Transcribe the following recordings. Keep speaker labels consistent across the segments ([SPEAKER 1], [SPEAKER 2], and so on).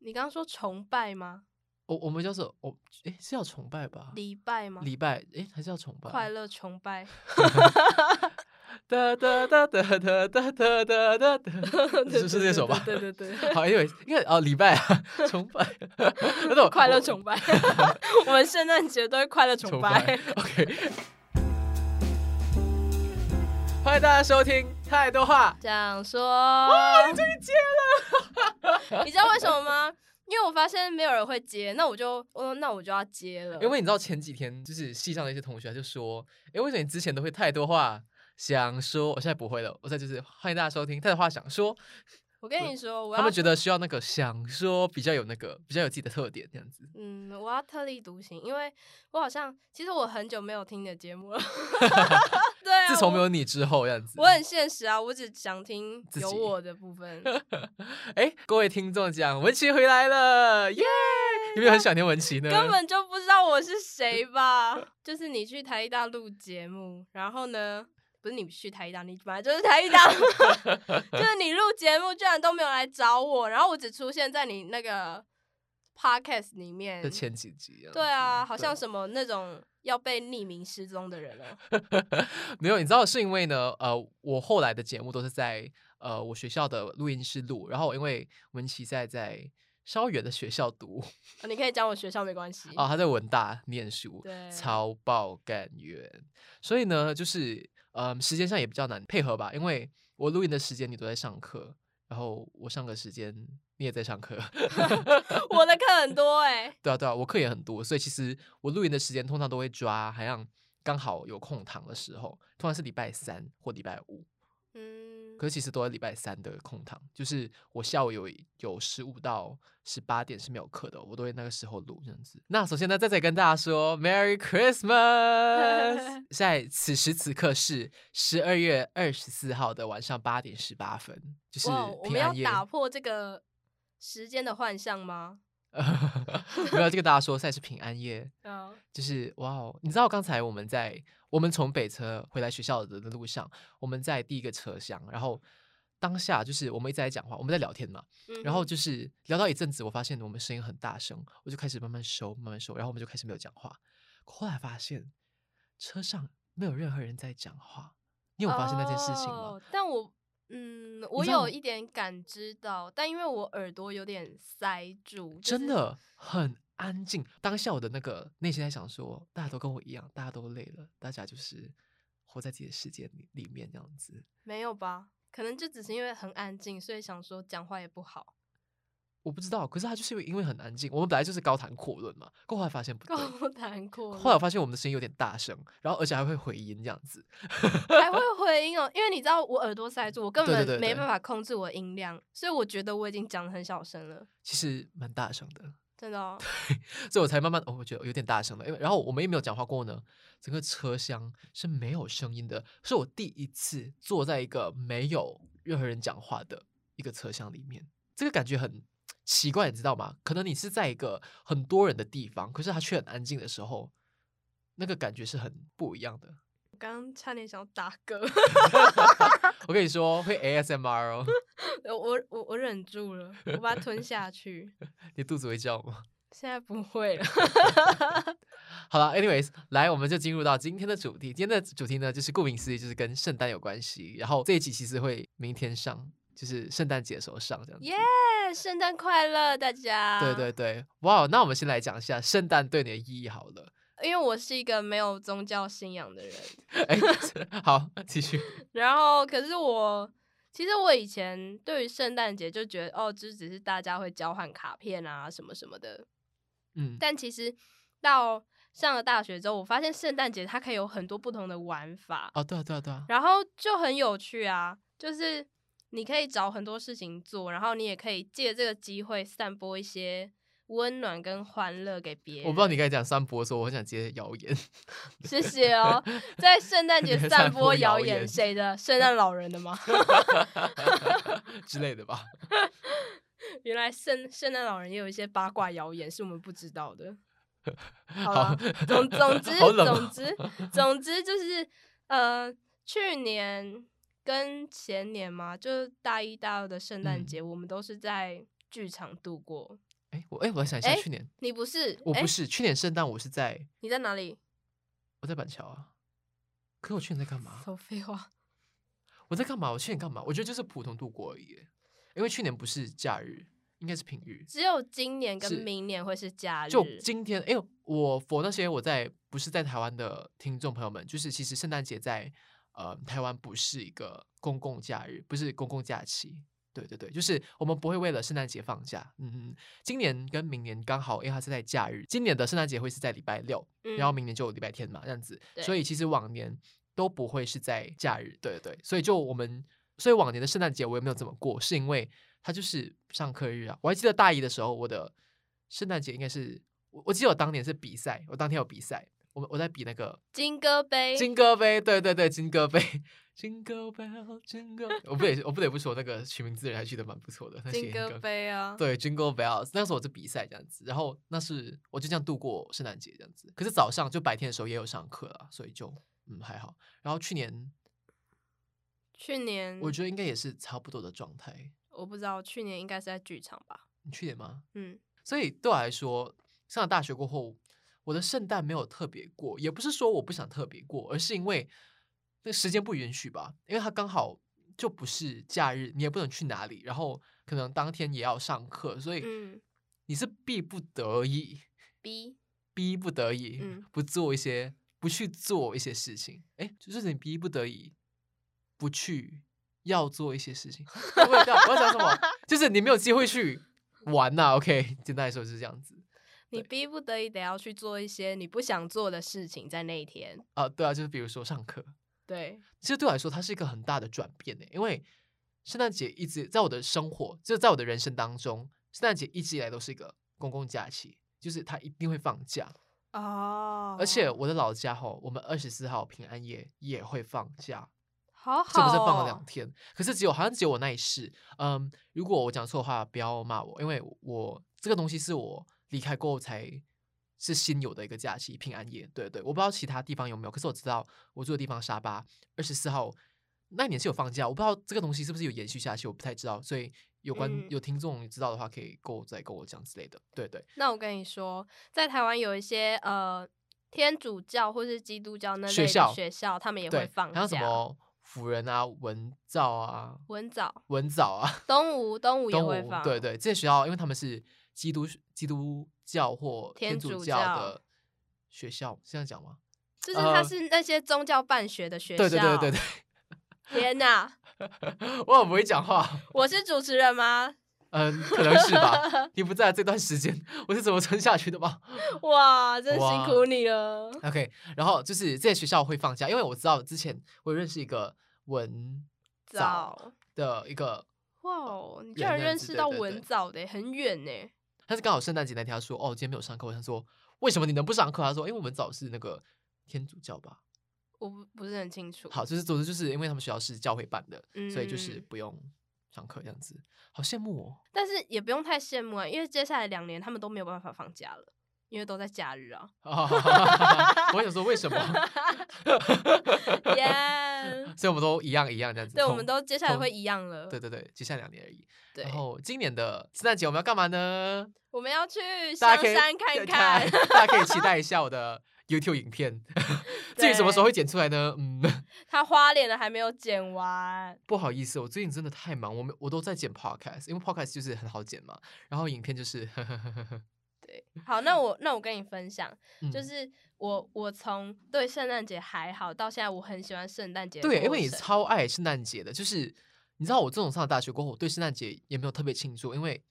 [SPEAKER 1] 你刚刚说崇拜吗？
[SPEAKER 2] 我我们叫做我诶是要崇拜吧？
[SPEAKER 1] 礼拜吗？
[SPEAKER 2] 礼拜诶还是要崇拜？
[SPEAKER 1] 快乐崇拜，
[SPEAKER 2] 哒哒哒哒哒哒哒哒哒哒，
[SPEAKER 1] 对
[SPEAKER 2] 是是这首吧？
[SPEAKER 1] 对对对 对，
[SPEAKER 2] 好，anyway，应该哦，礼拜啊，崇拜，那种
[SPEAKER 1] 快乐 崇拜，我们圣诞节都会快乐崇
[SPEAKER 2] 崇
[SPEAKER 1] 拜。
[SPEAKER 2] OK，欢迎大家收听《太多话
[SPEAKER 1] 想说，哇，你终于接 了，你知道为什么吗？因为我发现没有人会接，那我就，哦，那我就要接了。》，
[SPEAKER 2] 因为你知道前几天就是系上的一些同学就说，哎，为什么你之前都会太多话想说，我现在不会了，我现在就是欢迎大家收听《太多话想说》，
[SPEAKER 1] 我跟你说，我
[SPEAKER 2] 他
[SPEAKER 1] 要
[SPEAKER 2] 们觉得需要那个想说比较有那个比较有自己的特点这样子。
[SPEAKER 1] 嗯，我要特立独行，因为我好像其实我很久没有听你的节目 了。对啊，
[SPEAKER 2] 自从没
[SPEAKER 1] 我
[SPEAKER 2] 有你之后，这样子。
[SPEAKER 1] 我很现实啊，我只想听
[SPEAKER 2] 自
[SPEAKER 1] 有
[SPEAKER 2] 己
[SPEAKER 1] 我的部 分。
[SPEAKER 2] 哎，各位听众讲，文琪回来了，耶！有没有很想念文琪呢？
[SPEAKER 1] 根本就不知道我是 谁吧？就是你去台艺大录节目，然后呢，不是你去台艺大，你本来就是台艺 大，就是你录节目居然都没有来找我，然后我只出现在你那个 podcast 里面
[SPEAKER 2] 的。前几集样子。
[SPEAKER 1] 对啊，好
[SPEAKER 2] 对
[SPEAKER 1] 像什么那种要被匿名失踪的人哦了。
[SPEAKER 2] 没有，你知道是因为呢，呃，我后来的节目都是在呃我学校的录音室录，然后我因为文琪在在稍远的学校读
[SPEAKER 1] 啊你可以讲我学校没关系
[SPEAKER 2] 啊、他在文大念书
[SPEAKER 1] 对，
[SPEAKER 2] 超爆干远，所以呢，就是嗯、时间上也比较难配合吧，因为我录音的时间你都在上课，然后我上课时间你也在上课，
[SPEAKER 1] 我的课很多哎、
[SPEAKER 2] 对啊，对啊，我课也很多，所以其实我录音的时间通常都会抓，好像刚好有空堂的时候，通常是礼拜三或礼拜五。
[SPEAKER 1] 嗯，
[SPEAKER 2] 可是其实都在礼拜三的空堂，就是我下午有有十五到十八点是没有课的，我都会那个时候录这样子。那首先呢，在这里跟大家说 Merry Christmas！现在此时此刻是十二月二十四号的晚上八点十八分，就是
[SPEAKER 1] 哇，哦我们
[SPEAKER 2] 平
[SPEAKER 1] 要
[SPEAKER 2] 安夜。
[SPEAKER 1] 打破这个时间的幻象吗？
[SPEAKER 2] 没有，就跟大家说，现在是平安夜。
[SPEAKER 1] 嗯，
[SPEAKER 2] 就是哇哦，你知道刚才我们在我们从北车回来学校的路上，我们在第一个车厢，然后当下就是我们一直在讲话，我们在聊天嘛，
[SPEAKER 1] 嗯
[SPEAKER 2] 然后
[SPEAKER 1] 哼
[SPEAKER 2] 就是聊到一阵子，我发现我们声音很大声，我就开始慢慢收，慢慢收，然后我们就开始没有讲话。后来发现车上没有任何人在讲话，你有发现那件事情吗？
[SPEAKER 1] 哦、但我嗯，我
[SPEAKER 2] 知道
[SPEAKER 1] 有
[SPEAKER 2] 吗
[SPEAKER 1] 一点感知到，但因为我耳朵有点塞住，就是
[SPEAKER 2] 真的很安静。当下我的那个内心在想说，大家都跟我一样，大家都累了，大家就是活在自己的世界里里面这样子。
[SPEAKER 1] 没有吧？可能就只是因为很安静，所以想说讲话也不好。
[SPEAKER 2] 我不知道，可是他就是因为很安静，我们本来就是高谈阔论嘛，可后来发现不对。啊
[SPEAKER 1] 够难过了，
[SPEAKER 2] 后来我发现我们的声音有点大声，然后而且还会回音这样子，
[SPEAKER 1] 还 会回音哦，因为你知道我耳朵塞住，我根
[SPEAKER 2] 对对
[SPEAKER 1] 本
[SPEAKER 2] 对
[SPEAKER 1] 没
[SPEAKER 2] 对
[SPEAKER 1] 办法控制我音量，所以我觉得我已经讲的很小声了，
[SPEAKER 2] 其实蛮大声的。
[SPEAKER 1] 真的、哦。
[SPEAKER 2] 所以我才慢慢哦，我觉得有点大声了，因为然后我们也没有讲话过呢，整个车厢是没有声音的，是我第一次坐在一个没有任何人讲话的一个车厢里面，这个感觉很奇怪，你知道吗？可能你是在一个很多人的地方，可是它却很安静的时候，那个感觉是很不一样的。
[SPEAKER 1] 我刚刚差点想要打嗝，
[SPEAKER 2] 我跟你说，会 ASMR 哦，
[SPEAKER 1] 呃我我我忍住了，我把它吞下 去，
[SPEAKER 2] 你肚子会叫吗？
[SPEAKER 1] 现在不会 了。
[SPEAKER 2] 好了，anyways，来，我们就进入到今天的主题。今天的主题呢，就是顾名思义，就是跟圣诞有关系。然后这一集其实会明天上，就是圣诞节的时候上这样子。
[SPEAKER 1] 耶、圣诞快乐，大家！
[SPEAKER 2] 对对对，哇、哦那我们先来讲一下圣诞对你的意义好了。
[SPEAKER 1] 因为我是一个没有宗教信仰的人，
[SPEAKER 2] 哎， 好，继续。
[SPEAKER 1] 然后可是我其实我以前对于圣诞节就觉得哦，这只是大家会交换卡片啊什么什么的，
[SPEAKER 2] 嗯，
[SPEAKER 1] 但其实到上了大学之后，我发现圣诞节它可以有很多不同的玩法，
[SPEAKER 2] 哦，对啊，对啊，对啊，
[SPEAKER 1] 然后就很有趣啊，就是你可以找很多事情做，然后你也可以借这个机会散播一些温暖跟欢乐给别人。
[SPEAKER 2] 我不知道你刚才讲三伯的时候，我很想接谣 言。
[SPEAKER 1] 谢谢哦，在圣诞节散
[SPEAKER 2] 散
[SPEAKER 1] 播
[SPEAKER 2] 播
[SPEAKER 1] 谣
[SPEAKER 2] 谣
[SPEAKER 1] 言，
[SPEAKER 2] 言
[SPEAKER 1] 谁的？圣诞老人的吗？
[SPEAKER 2] 之类的吧，
[SPEAKER 1] 原来圣圣诞老人也有一些八卦谣言是我们不知道的。好
[SPEAKER 2] 好
[SPEAKER 1] 啦，总总之、
[SPEAKER 2] 好冷哦
[SPEAKER 1] 总之总之就是呃，去年跟前年嘛，就是大一大二的圣诞
[SPEAKER 2] 嗯
[SPEAKER 1] 节，我们都是在剧场度过。
[SPEAKER 2] 哎，我哎，我想一下，
[SPEAKER 1] 哎
[SPEAKER 2] 去年
[SPEAKER 1] 你不是？
[SPEAKER 2] 我
[SPEAKER 1] 诶
[SPEAKER 2] 不是去年圣诞，我是在
[SPEAKER 1] 你在哪里？
[SPEAKER 2] 我在板桥啊。可我去年在干嘛啊
[SPEAKER 1] 少？废话。
[SPEAKER 2] 我在干嘛？我去年干嘛？我觉得就是普通度过而已耶，因为去年不是假日，应该是平日。
[SPEAKER 1] 只有今年跟
[SPEAKER 2] 是
[SPEAKER 1] 明年会是假日，
[SPEAKER 2] 就今天，哎、呦，我佛那些我在不是在台湾的听众朋友们，就是其实圣诞节在呃台湾不是一个公共假日，不是公共假期。对对对，就是我们不会为了圣诞节放假。嗯嗯，今年跟明年刚好，因为它是在假日，今年的圣诞节会是在礼拜六，
[SPEAKER 1] 嗯
[SPEAKER 2] 然后明年就有礼拜天嘛，这样子。
[SPEAKER 1] 对
[SPEAKER 2] 所以其实往年都不会是在假日，对对对。所以就我们，所以往年的圣诞节我也没有怎么过，是因为它就是上课日啊。我还记得大一的时候，我的圣诞节应该是我，我记得我当年是比赛，我当天有比赛，我们我在比那个
[SPEAKER 1] 金歌杯，
[SPEAKER 2] 金歌杯，对对对，金歌杯。金歌杯， 金歌，我不得我不得不说，那个取名字还取得蛮不错的。那谐
[SPEAKER 1] 金
[SPEAKER 2] 音
[SPEAKER 1] 歌
[SPEAKER 2] 梗
[SPEAKER 1] 杯啊，
[SPEAKER 2] 对，Jingle Bells，那时候我在比赛这样子，然后那是我就这样度过圣诞节这样子。可是早上就白天的时候也有上课啦，所以就嗯还好。然后去年
[SPEAKER 1] 去年
[SPEAKER 2] 我觉得应该也是差不多的状态，
[SPEAKER 1] 我不知道，去年应该是在剧场吧？
[SPEAKER 2] 你去年吗？
[SPEAKER 1] 嗯，
[SPEAKER 2] 所以对我来说，上了大学过后，我的圣诞没有特别过，也不是说我不想特别过，而是因为那时间不允许吧，因为它刚好就不是假日，你也不能去哪里，然后可能当天也要上课，所以
[SPEAKER 1] 嗯
[SPEAKER 2] 你是必不得已。
[SPEAKER 1] ，B
[SPEAKER 2] 逼不得已、
[SPEAKER 1] 嗯
[SPEAKER 2] 不做一些不去做一些事情，哎，就是你逼不得已不去要做一些事情，会不会这样我要讲什么？就是你没有机会去玩呐、OK，简单来说就是这样子
[SPEAKER 1] 你逼不得已得要去做一些你不想做的事情，在那一天。
[SPEAKER 2] 啊，对啊，就是比如说上课，
[SPEAKER 1] 对，
[SPEAKER 2] 其实对我来说它是一个很大的转变呢，欸因为圣诞节一直在我的生活，就在我的人生当中，圣诞节一直以来都是一个公共假期，就是它一定会放假。
[SPEAKER 1] 哦，
[SPEAKER 2] 而且我的老家吼，我们二十四号平安夜也会放假，
[SPEAKER 1] 好
[SPEAKER 2] 这
[SPEAKER 1] 好、哦，
[SPEAKER 2] 不是放了两天？可是只有好像只有我那一世，嗯，如果我讲错的话，不要骂我，因为我这个东西是我离开过后才是新有的一个假期，平安夜。对对，我不知道其他地方有没有，可是我知道我住的地方沙巴二十四号那一年是有放假，我不知道这个东西是不是有延续下去，我不太知道，所以。有关
[SPEAKER 1] 嗯
[SPEAKER 2] 有听众知道的话，可以跟我再跟我讲之类的。对对，
[SPEAKER 1] 那我跟你说，在台湾有一些呃天主教或是基督教那类
[SPEAKER 2] 学
[SPEAKER 1] 的
[SPEAKER 2] 校
[SPEAKER 1] 学校他们也
[SPEAKER 2] 对
[SPEAKER 1] 会放假。
[SPEAKER 2] 还有什么辅仁啊、文藻啊、
[SPEAKER 1] 文藻、
[SPEAKER 2] 文藻啊、
[SPEAKER 1] 东吴、东吴也
[SPEAKER 2] 东
[SPEAKER 1] 会
[SPEAKER 2] 吴，
[SPEAKER 1] 放。
[SPEAKER 2] 对对，这些学校因为他们是基督基督教或
[SPEAKER 1] 天
[SPEAKER 2] 天主
[SPEAKER 1] 主
[SPEAKER 2] 教
[SPEAKER 1] 教
[SPEAKER 2] 的学校，是这样讲吗？
[SPEAKER 1] 就是它
[SPEAKER 2] 呃
[SPEAKER 1] 是那些宗教办学的学校。
[SPEAKER 2] 对对对对对，
[SPEAKER 1] 天哪，
[SPEAKER 2] 我很不会讲话，
[SPEAKER 1] 我是主持人吗？
[SPEAKER 2] 嗯，可能 是吧。你不在这段时间，我是怎么撑下去的吧？
[SPEAKER 1] 哇，真辛
[SPEAKER 2] 哇
[SPEAKER 1] 苦你了。
[SPEAKER 2] OK，然后就是这些学校会放假，因为我知道之前我认识一个文
[SPEAKER 1] 藻
[SPEAKER 2] 藻的一个
[SPEAKER 1] 哇哦，你居
[SPEAKER 2] 人
[SPEAKER 1] 然
[SPEAKER 2] 这
[SPEAKER 1] 认
[SPEAKER 2] 样子
[SPEAKER 1] 识
[SPEAKER 2] 对
[SPEAKER 1] 到
[SPEAKER 2] 对
[SPEAKER 1] 文
[SPEAKER 2] 对
[SPEAKER 1] 藻的，很远呢。
[SPEAKER 2] 他是刚好圣诞节那天，他说：“哦，今天没有上课。”我想说：“为什么你能不上课？”他说：“因为我们早是那个天主教吧。
[SPEAKER 1] 我不不是很清”楚。
[SPEAKER 2] 好，就是总之就是因为他们学校是教会办的，所以就是
[SPEAKER 1] 嗯
[SPEAKER 2] 不用上课这样子。好羡慕哦！
[SPEAKER 1] 但是也不用太羡慕啊，因为接下来两年他们都没有办法放假了，因为都在假日啊。
[SPEAKER 2] 哦 我想说为什么？
[SPEAKER 1] 耶、
[SPEAKER 2] 所以我们都一样一样这样子。
[SPEAKER 1] 对，我
[SPEAKER 2] 同
[SPEAKER 1] 们都接下来
[SPEAKER 2] 同
[SPEAKER 1] 会一样了。
[SPEAKER 2] 对对对，接下来两年而已。
[SPEAKER 1] 对
[SPEAKER 2] 然后今年的圣诞节我们要干嘛呢？
[SPEAKER 1] 我们要去
[SPEAKER 2] 大
[SPEAKER 1] 香
[SPEAKER 2] 家可以
[SPEAKER 1] 山看看。
[SPEAKER 2] 大家可以期 待一下我的 YouTube 影片。至于什么时候会剪出来呢？嗯。
[SPEAKER 1] 他花脸的还没有剪完，
[SPEAKER 2] 不好意思，我最近真的太忙，我们我都在剪 podcast，因为 podcast 就是很好剪嘛，然后影片就是 呵呵呵呵呵，
[SPEAKER 1] 好，那我那我跟你分享，
[SPEAKER 2] 嗯
[SPEAKER 1] 就是我我从对圣诞节还好到现在，我很喜欢圣诞节的过
[SPEAKER 2] 对，
[SPEAKER 1] 程。
[SPEAKER 2] 因为你超爱圣诞节的，就是你知道我这种上了大学过后，我对圣诞节也没有特别庆祝，因为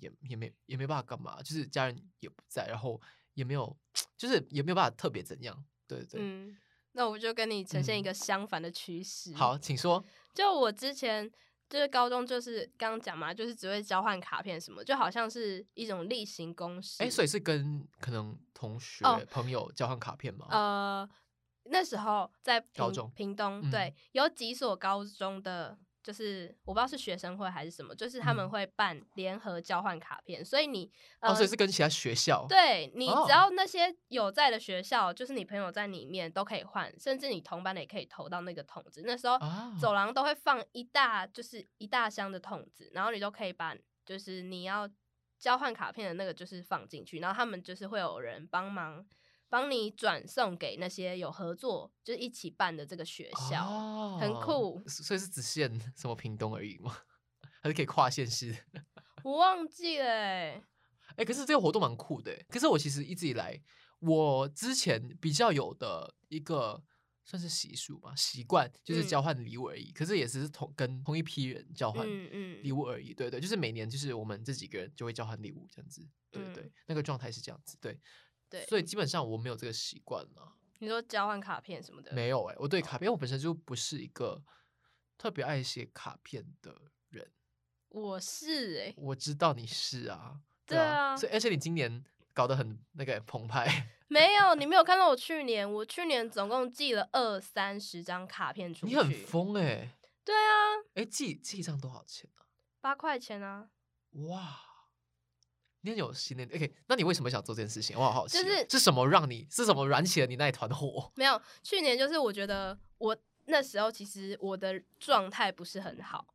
[SPEAKER 2] 也也没也没办法干嘛，就是家人也不在，然后也没有就是也没有办法特别怎样，对对对，
[SPEAKER 1] 嗯，那我就跟你呈现一
[SPEAKER 2] 嗯
[SPEAKER 1] 个相反的趋势。
[SPEAKER 2] 好，请说，
[SPEAKER 1] 就我之前就是高中，就是刚刚讲嘛，就是只会交换卡片什么，就好像是一种例行公事。
[SPEAKER 2] 哎，所以是跟可能同学、
[SPEAKER 1] 哦
[SPEAKER 2] 朋友交换卡片吗？
[SPEAKER 1] 呃，那时候在屏
[SPEAKER 2] 高中
[SPEAKER 1] 屏东，
[SPEAKER 2] 嗯
[SPEAKER 1] 对，有几所高中的。就是我不知道是学生会还是什么，就是他们
[SPEAKER 2] 嗯
[SPEAKER 1] 会办联合交换卡片，所以你呃、
[SPEAKER 2] 哦，所以是跟其他学校，
[SPEAKER 1] 对你
[SPEAKER 2] 哦
[SPEAKER 1] 只要那些有在的学校，就是你朋友在里面都可以换，甚至你同班的也可以投到那个筒子。那时候
[SPEAKER 2] 啊
[SPEAKER 1] 走廊都会放一大就是一大箱的筒子，然后你都可以把就是你要交换卡片的那个就是放进去，然后他们就是会有人帮忙帮你转送给那些有合作，就是一起办的这个学校。很
[SPEAKER 2] 哦
[SPEAKER 1] 酷
[SPEAKER 2] 所所以是只限什么屏东而已吗？ 还是可以跨县市？
[SPEAKER 1] 我忘记了、欸，
[SPEAKER 2] 哎、可是这个活动蛮酷的欸。可是我其实一直以来，我之前比较有的一个算是习俗吧，习惯就是
[SPEAKER 1] 嗯
[SPEAKER 2] 交换礼物而已。可是也只是同跟同一批人交换
[SPEAKER 1] 嗯嗯，
[SPEAKER 2] 礼物而已。对对，就是每年就是我们这几个人就会交换礼物这样子。对对对，
[SPEAKER 1] 嗯
[SPEAKER 2] 那个状态是这样子。对
[SPEAKER 1] 对，
[SPEAKER 2] 所以基本上我没有这个习惯了，
[SPEAKER 1] 你说交换卡片什么的，
[SPEAKER 2] 没有哎、我对
[SPEAKER 1] 哦
[SPEAKER 2] 卡片，因为我本身就不是一个特别爱写卡片的人。
[SPEAKER 1] 我是哎、
[SPEAKER 2] 我知道你是啊，
[SPEAKER 1] 对
[SPEAKER 2] 啊，
[SPEAKER 1] 啊
[SPEAKER 2] 所以而且你今年搞得很那个澎湃。
[SPEAKER 1] 没有，你没有看到我去年，我去年总共寄了二三十张卡片出去，
[SPEAKER 2] 你很疯哎、欸！
[SPEAKER 1] 对啊，
[SPEAKER 2] 哎，记记一张多少钱啊？
[SPEAKER 1] 八块钱啊，
[SPEAKER 2] 哇，你很有心的。OK，那欸你为什么想做这件事情？我好好奇哦、
[SPEAKER 1] 就是
[SPEAKER 2] 是什么让你是什么燃起了你那一团火？
[SPEAKER 1] 没有，去年就是我觉得我那时候其实我的状态不是很好，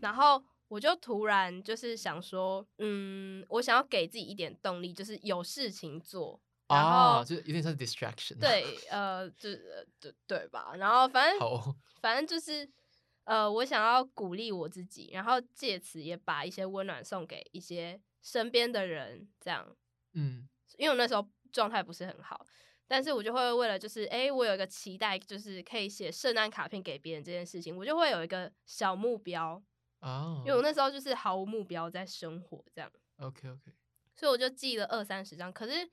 [SPEAKER 1] 然后我就突然就是想说，嗯，我想要给自己一点动力，就是有事情做，然后、
[SPEAKER 2] 啊，就是有点像是 distraction。，
[SPEAKER 1] 对，呃，就呃对对吧？然后反正
[SPEAKER 2] 好哦，
[SPEAKER 1] 反正就是呃，我想要鼓励我自己，然后借此也把一些温暖送给一些身边的人，这样。
[SPEAKER 2] 嗯，
[SPEAKER 1] 因为我那时候状态不是很好，但是我就会为了就是诶，我有一个期待，就是可以写圣诞卡片给别人这件事情，我就会有一个小目标，
[SPEAKER 2] 啊，
[SPEAKER 1] 因为我那时候就是毫无目标在生活这样，
[SPEAKER 2] OK OK，
[SPEAKER 1] 所以我就寄了二三十张，可是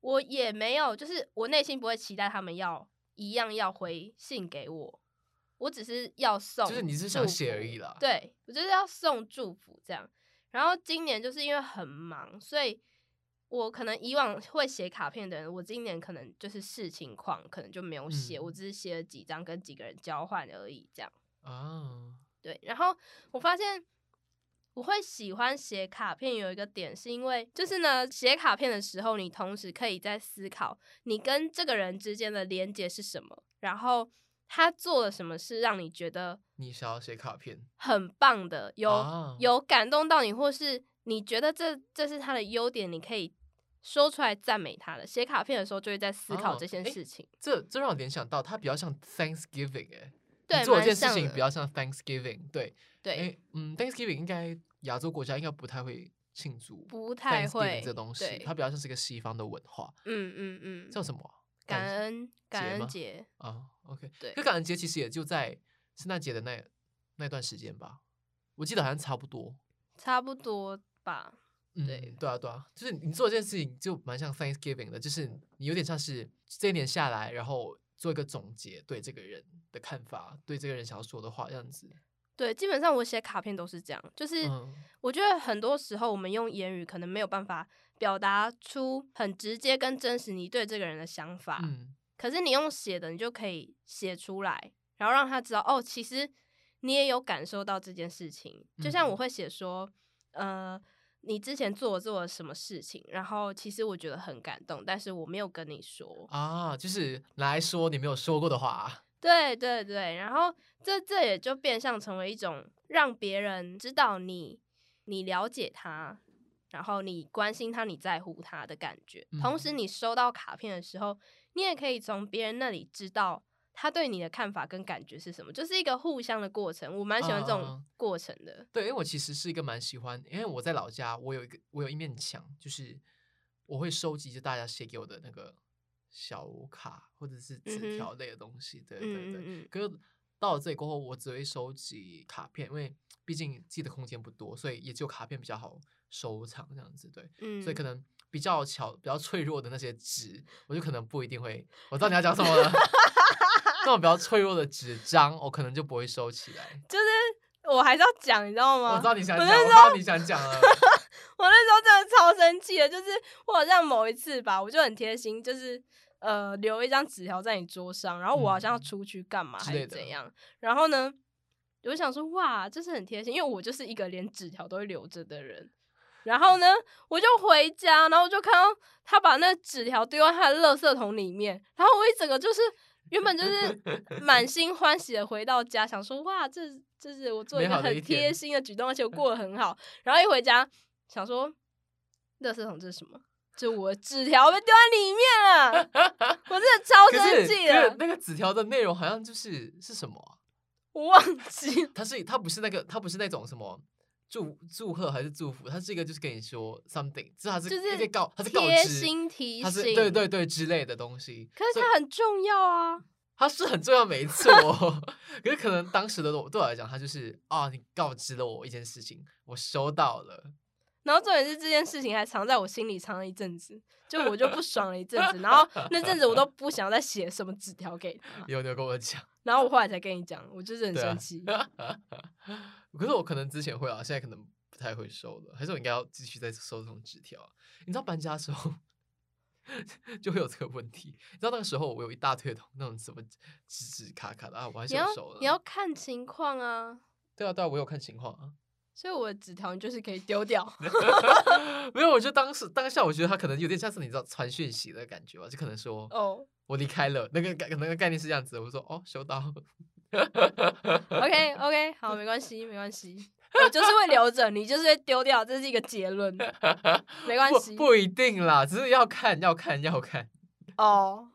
[SPEAKER 1] 我也没有，就是我内心不会期待他们要一样要回信给我。我只是要送，
[SPEAKER 2] 就是你是想写而已啦
[SPEAKER 1] 对，我就是要送祝福这样。然后今年就是因为很忙，所以我可能以往会写卡片的人，我今年可能就是视情况，可能就没有写，我
[SPEAKER 2] 嗯
[SPEAKER 1] 只是写了几张跟几个人交换而已，这样。
[SPEAKER 2] 啊，
[SPEAKER 1] 对，然后我发现我会喜欢写卡片，有一个点是因为，就是呢，写卡片的时候，你同时可以在思考你跟这个人之间的连接是什么，然后他做了什么事让你觉得
[SPEAKER 2] 你想要写卡片，
[SPEAKER 1] 很棒的，有、
[SPEAKER 2] 啊
[SPEAKER 1] 有感动到你，或是你觉得这这是他的优点，你可以说出来赞美他的。写卡片的时候就会在思考
[SPEAKER 2] 哦
[SPEAKER 1] 这件
[SPEAKER 2] 诶
[SPEAKER 1] 事情，
[SPEAKER 2] 这这让我联想到它比较像 Thanksgiving 哎、
[SPEAKER 1] 对
[SPEAKER 2] 你做一
[SPEAKER 1] 蛮
[SPEAKER 2] 件事
[SPEAKER 1] 像
[SPEAKER 2] 情
[SPEAKER 1] 的
[SPEAKER 2] 比较像 Thanksgiving，对，
[SPEAKER 1] 对，
[SPEAKER 2] 哎，嗯，Thanksgiving 应该亚洲国家应该不太会庆祝
[SPEAKER 1] 不太
[SPEAKER 2] Thanksgiving
[SPEAKER 1] 会
[SPEAKER 2] 这东西
[SPEAKER 1] 对，
[SPEAKER 2] 它比较像是一个西方的文化，
[SPEAKER 1] 嗯嗯嗯，
[SPEAKER 2] 叫什么啊？
[SPEAKER 1] 感
[SPEAKER 2] 谢
[SPEAKER 1] 恩感
[SPEAKER 2] 节吗
[SPEAKER 1] 恩节，
[SPEAKER 2] 啊，OK，
[SPEAKER 1] 对
[SPEAKER 2] 可感恩节其实也就在圣诞节的那那段时间吧，我记得好像差不多。
[SPEAKER 1] 差不多吧。
[SPEAKER 2] 嗯，
[SPEAKER 1] 对
[SPEAKER 2] 对啊，对啊，就是你做这件事情就蛮像 Thanksgiving 的，就是你有点像是这一年下来，然后做一个总结，对这个人的看法，对这个人想要说的话，这样子。
[SPEAKER 1] 对，基本上我写卡片都是这样，就是
[SPEAKER 2] 嗯，
[SPEAKER 1] 我觉得很多时候我们用言语可能没有办法表达出很直接跟真实你对这个人的想法，
[SPEAKER 2] 嗯，
[SPEAKER 1] 可是你用写的，你就可以写出来，然后让他知道哦，其实你也有感受到这件事情。就像我
[SPEAKER 2] 嗯
[SPEAKER 1] 会写说，呃，你之前做做了什么事情，然后其实我觉得很感动，但是我没有跟你说。
[SPEAKER 2] 啊，就是拿来说你没有说过的话。啊
[SPEAKER 1] 对对对，然后这这也就变相成为一种让别人知道你，你了解他，然后你关心他，你在乎他的感觉。同时，
[SPEAKER 2] 嗯
[SPEAKER 1] 你收到卡片的时候，你也可以从别人那里知道他对你的看法跟感觉是什么，就是一个互相的过程。我蛮喜欢这
[SPEAKER 2] 嗯嗯嗯
[SPEAKER 1] 种过程的。
[SPEAKER 2] 对，因为我其实是一个蛮喜欢，因为我在老家，我有一个我有一面墙，就是我会收集就大家写给我的那个小卡或者是
[SPEAKER 1] 嗯哼
[SPEAKER 2] 纸条类的东西。对对
[SPEAKER 1] 嗯
[SPEAKER 2] 对，
[SPEAKER 1] 嗯嗯，
[SPEAKER 2] 可是到了这里过后，我只会收集卡片，因为毕竟自己的空间不多，所以也只有卡片比较好收藏这样子。对，
[SPEAKER 1] 嗯
[SPEAKER 2] 所以可能比较巧、比较脆弱的那些纸，我就可能不一定会。我知道你要讲什么 了，那种比较脆弱的纸张，我可能就不会收起来。
[SPEAKER 1] 就是我还是要讲，你知道吗？
[SPEAKER 2] 我知道你想
[SPEAKER 1] 啊我
[SPEAKER 2] 讲，
[SPEAKER 1] 那
[SPEAKER 2] 我知道你想讲 啊了。
[SPEAKER 1] 我那时候真的超生气的，就是我好像某一次吧，我就很贴心，就是呃留一张纸条在你桌上，然后我好像要
[SPEAKER 2] 嗯
[SPEAKER 1] 出去干嘛
[SPEAKER 2] 之
[SPEAKER 1] 还
[SPEAKER 2] 类
[SPEAKER 1] 是
[SPEAKER 2] 的
[SPEAKER 1] 怎样，然后呢，我就想说哇，这是很贴心，因为我就是一个连纸条都会留着的人。然后呢，我就回家，然后我就看到他把那纸条丢在他的垃圾桶里面，然后我一整个就是原本就是 满心欢喜的回到家，想说哇，这这是我做一
[SPEAKER 2] 美
[SPEAKER 1] 个
[SPEAKER 2] 好的
[SPEAKER 1] 很
[SPEAKER 2] 一
[SPEAKER 1] 贴
[SPEAKER 2] 天
[SPEAKER 1] 心的举动，而且我过得很好。然后一回家想说，垃圾桶这是什么？这我纸条被丢在里面 了，我真的超
[SPEAKER 2] 可
[SPEAKER 1] 生
[SPEAKER 2] 是
[SPEAKER 1] 气啊
[SPEAKER 2] 可是
[SPEAKER 1] 的，
[SPEAKER 2] 那个纸条的内容好像就是是什么啊、
[SPEAKER 1] 我忘记了。
[SPEAKER 2] 它是它不是那个它不是那种什么祝祝贺还是祝福，它是一个就是跟你说 something，这它是
[SPEAKER 1] 就是
[SPEAKER 2] 一个告它是告
[SPEAKER 1] 贴
[SPEAKER 2] 知，
[SPEAKER 1] 心提
[SPEAKER 2] 它
[SPEAKER 1] 醒，
[SPEAKER 2] 是对对对之类的东西。
[SPEAKER 1] 可是
[SPEAKER 2] 所以
[SPEAKER 1] 它很重要啊，
[SPEAKER 2] 它是很重要，没错。 可是可能当时的我对我来讲，它就是啊，你告知了我一件事情，我收到了。
[SPEAKER 1] 然后重点是这件事情还藏在我心里藏了一阵子，就我就不爽了一阵子，然后那阵子我都不想再写什么纸条给他，
[SPEAKER 2] 有你有跟我讲，
[SPEAKER 1] 然后我后来才跟你讲，我就是很
[SPEAKER 2] 对啊
[SPEAKER 1] 生 气。
[SPEAKER 2] 可是我可能之前会啊，现在可能不太会收了，还是我应该要继续再收这种纸条啊、你知道搬家的时候 就会有这个问题。你知道那个时候我有一大堆的那种什么纸纸卡卡的啊，我还是
[SPEAKER 1] 你
[SPEAKER 2] 有
[SPEAKER 1] 要
[SPEAKER 2] 收了。
[SPEAKER 1] 你要看情况啊，
[SPEAKER 2] 对啊对啊，我有看情况啊。
[SPEAKER 1] 所以我的纸条你就是可以丢掉。
[SPEAKER 2] 没有，我就当时当下我觉得他可能有点像是你知道传讯息的感觉吧，就可能说
[SPEAKER 1] 哦、
[SPEAKER 2] 我离开了，那个概那个概念是这样子的，我说哦，收到。
[SPEAKER 1] o k OK，好，没关系，没关系，我就是会留着，你就是会丢掉，这是一个结 论，没关
[SPEAKER 2] 不
[SPEAKER 1] 系。
[SPEAKER 2] 不一定啦，只是要看要看要看，
[SPEAKER 1] 哦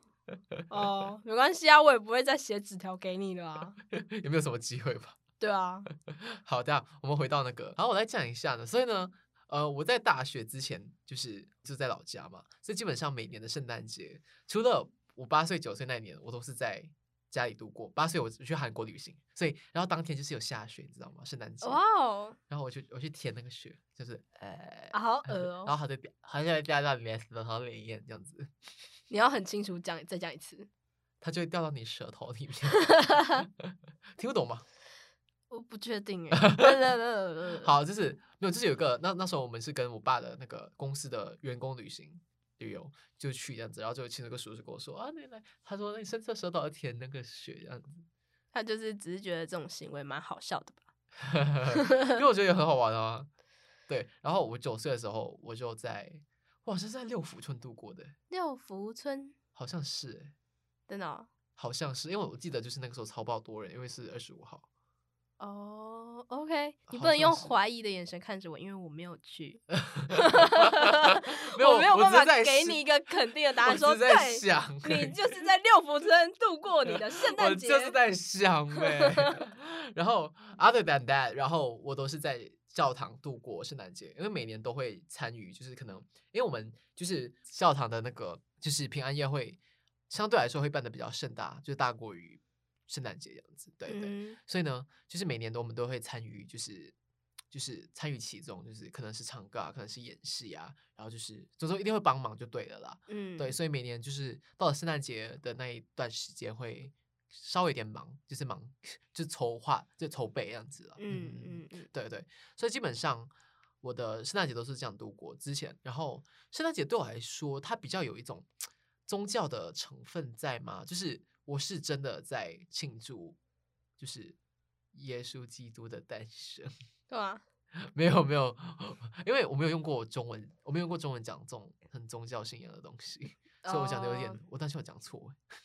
[SPEAKER 1] 哦，没关系啊，我也不会再写纸条给你了啊。
[SPEAKER 2] 有没有什么机会吧？
[SPEAKER 1] 对 啊，
[SPEAKER 2] 好的，我们回到那个，然后我来讲一下呢。所以呢，呃，我在大学之前就是就在老家嘛，所以基本上每年的圣诞节，除了我八岁九岁那年，我都是在家里度过。八岁我去韩国旅行，所以然后当天就是有下雪，你知道吗？圣诞节，
[SPEAKER 1] 哇哦，
[SPEAKER 2] 然后我就我去舔那个雪，就是呃。
[SPEAKER 1] 啊好恶
[SPEAKER 2] 然
[SPEAKER 1] 哦！
[SPEAKER 2] 后他在他在掉到里面，然后里面这样子，
[SPEAKER 1] 你要很清楚讲，再讲一次。
[SPEAKER 2] 它就会掉到你舌头 里面，听不懂吗？。
[SPEAKER 1] 我不确定哎
[SPEAKER 2] 好，就是没有，就是有一个那那时候我们是跟我爸的那个公司的员工旅行旅游，就去这样子，然后就其中一个叔叔跟我说啊，那来，他说那你伸出舌头要舔那个雪这样子，
[SPEAKER 1] 他就是只是觉得这种行为蛮好笑的吧？
[SPEAKER 2] 因为我觉得也很好玩啊。对，然后我九岁的时候，我就在，我好像是在六福村度过的，
[SPEAKER 1] 六福村
[SPEAKER 2] 好像是欸，
[SPEAKER 1] 真的哦
[SPEAKER 2] 好像是，因为我记得就是那个时候超爆多人，因为是二十五号，
[SPEAKER 1] 哦，OK，你
[SPEAKER 2] 好
[SPEAKER 1] 不能
[SPEAKER 2] 像
[SPEAKER 1] 用
[SPEAKER 2] 是
[SPEAKER 1] 怀疑的眼神看着我，因为我没有去，
[SPEAKER 2] 没有，
[SPEAKER 1] 我没有
[SPEAKER 2] 我
[SPEAKER 1] 办
[SPEAKER 2] 只
[SPEAKER 1] 法
[SPEAKER 2] 是在
[SPEAKER 1] 给
[SPEAKER 2] 试
[SPEAKER 1] 你一个肯定的答
[SPEAKER 2] 我
[SPEAKER 1] 案
[SPEAKER 2] 只
[SPEAKER 1] 说，
[SPEAKER 2] 是
[SPEAKER 1] 对
[SPEAKER 2] 在，想而
[SPEAKER 1] 你
[SPEAKER 2] 已
[SPEAKER 1] 就是在六福村度过你的圣
[SPEAKER 2] 我
[SPEAKER 1] 诞节。嗯
[SPEAKER 2] 就是在想呗、 然后 other than that，然后我都是在教堂度过圣诞节，因为每年都会参与，就是可能因为我们就是教堂的那个就是平安夜会，相对来说会办的比较盛大，就大过于圣诞节这样子。对对，
[SPEAKER 1] 嗯，
[SPEAKER 2] 所以呢，就是每年都我们都会参与，就是就是参与其中，就是可能是唱歌啊，可能是演戏啊，然后就是总之一定会帮忙就对了啦。
[SPEAKER 1] 嗯
[SPEAKER 2] 对，所以每年就是到了圣诞节的那一段时间会稍微有点忙，就是忙 就筹划就筹备这样子了。
[SPEAKER 1] 嗯嗯嗯，
[SPEAKER 2] 对对，所以基本上我的圣诞节都是这样度过。之前，然后圣诞节对我来说，它比较有一种宗教的成分在嘛，就是我是真的在庆祝，就是耶稣基督的诞生。
[SPEAKER 1] 对啊，
[SPEAKER 2] 没有没有，因为我没有用过中文，我没有用过中文讲这种很宗教信仰的东西，所以我讲的有点
[SPEAKER 1] 哦
[SPEAKER 2] 我担心我讲错欸。哎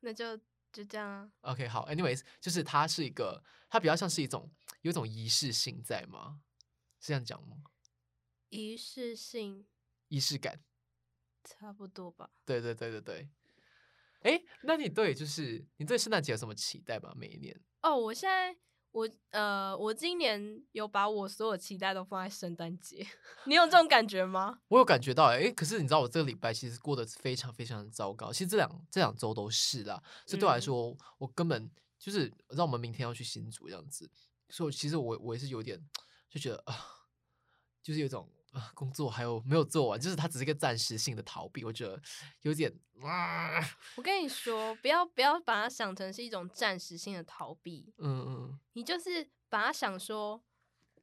[SPEAKER 1] 那就就这样啊。
[SPEAKER 2] OK，好，anyways，就是它是一个，它比较像是一种有一种仪式性在吗？是这样讲吗？
[SPEAKER 1] 仪式性
[SPEAKER 2] 仪式感，
[SPEAKER 1] 差不多吧。
[SPEAKER 2] 对对对对对。哎，那你对就是你对圣诞节有什么期待吗？每一年
[SPEAKER 1] 哦，我现在我呃，我今年有把我所有期待都放在圣诞节， 你有这种感觉吗？
[SPEAKER 2] 我有感觉到哎，可是你知道我这个礼拜其实过得非常非常糟糕，其实这两这两周都是啦，所以对我来
[SPEAKER 1] 嗯
[SPEAKER 2] 说，我根本就是让我们明天要去新竹这样子，所以我其实我我也是有点就觉得啊、就是有一种啊、工作还有没有做完，就是它只是一个暂时性的逃避，我觉得有点啊，
[SPEAKER 1] 我跟你说，不要不要把它想成是一种暂时性的逃避，
[SPEAKER 2] 嗯嗯，
[SPEAKER 1] 你就是把它想说，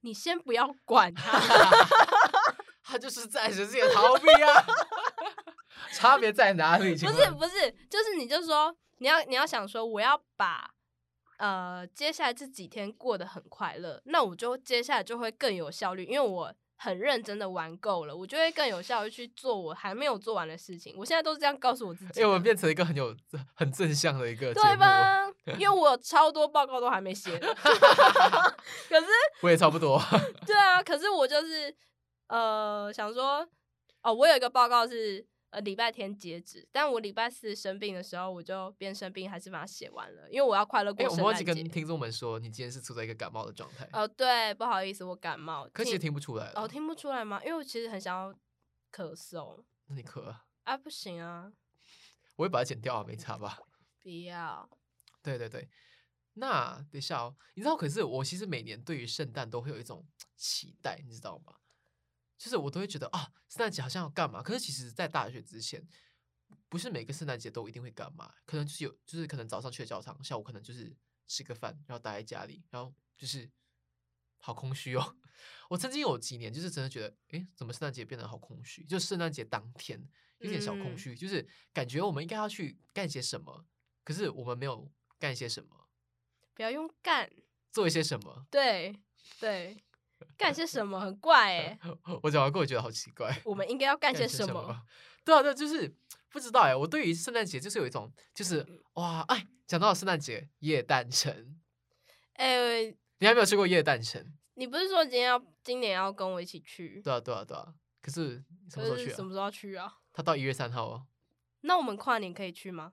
[SPEAKER 1] 你先不要管它。
[SPEAKER 2] 它就是暂时性的逃避啊， 差别在哪里？
[SPEAKER 1] 不
[SPEAKER 2] 不
[SPEAKER 1] 是不是，就是你就说你要你要想说我要把呃接下来这几天过得很快乐，那我就接下来就会更有效率，因为我很认真的玩够了，我就会更有效率去做我还没有做完的事情。我现在都是这样告诉我自己
[SPEAKER 2] 哎、我们
[SPEAKER 1] 的。
[SPEAKER 2] 变成一个很有很正向的一个节
[SPEAKER 1] 对
[SPEAKER 2] 目了，
[SPEAKER 1] 吧？因为我有超多报告都还没写 的， 可是
[SPEAKER 2] 我也差不多。
[SPEAKER 1] 对啊，可是我就是呃想说，哦，我有一个报告是呃礼拜天截止，但我礼拜四生病的时候，我就边生病还是把它写完了，因为我要快乐
[SPEAKER 2] 哎、
[SPEAKER 1] 过
[SPEAKER 2] 我
[SPEAKER 1] 圣
[SPEAKER 2] 们忘记
[SPEAKER 1] 诞
[SPEAKER 2] 跟
[SPEAKER 1] 节。
[SPEAKER 2] 听众们说，你今天是处在一个感冒的状态，
[SPEAKER 1] 哦，对，不好意思，我感冒。
[SPEAKER 2] 可呃其实
[SPEAKER 1] 听
[SPEAKER 2] 听不出来了。
[SPEAKER 1] 哦，听不出来吗？因为我其实很想要咳嗽
[SPEAKER 2] 那你咳啊，
[SPEAKER 1] 啊，不行啊，
[SPEAKER 2] 我会把它剪掉啊，没差
[SPEAKER 1] 哦
[SPEAKER 2] 吧？
[SPEAKER 1] 不要。
[SPEAKER 2] 对对对，那等一下哦，你知道，可是我其实每年对于圣诞都会有一种期待，你知道吗？就是我都会觉得啊，圣诞节好像要干嘛？可是其实，在大学之前，不是每个圣诞节都一定会干嘛，可能就是有，就是可能早上去了教堂，下午可能就是吃个饭，然后待在家里，然后就是好空虚哦。 我曾经有几年就是真的觉得，诶，怎么圣诞节变得好空虚？就圣诞节当天有点小空
[SPEAKER 1] 嗯
[SPEAKER 2] 虚，就是感觉我们应该要去干些什么，可是我们没有干些什么，
[SPEAKER 1] 不要用干，
[SPEAKER 2] 做一些什么。
[SPEAKER 1] 对对，干些什么很怪哎、
[SPEAKER 2] 我讲完过后觉得好奇怪，
[SPEAKER 1] 我们应该要干些什
[SPEAKER 2] 什
[SPEAKER 1] 么？？
[SPEAKER 2] 对啊，对啊，就是不知道哎。我对于圣诞节就是有一种，就是
[SPEAKER 1] 嗯
[SPEAKER 2] 哇，哎，讲到圣诞节，夜诞城，
[SPEAKER 1] 哎、
[SPEAKER 2] 你还没有去过夜诞城？
[SPEAKER 1] 你不是说今天要今年要跟我一起去？
[SPEAKER 2] 对啊，对啊，对啊。可是什
[SPEAKER 1] 可
[SPEAKER 2] 么时候
[SPEAKER 1] 是
[SPEAKER 2] 去
[SPEAKER 1] 什
[SPEAKER 2] 啊
[SPEAKER 1] 么？时候要去啊？
[SPEAKER 2] 他到一月三号哦，
[SPEAKER 1] 那我们跨年可以去吗？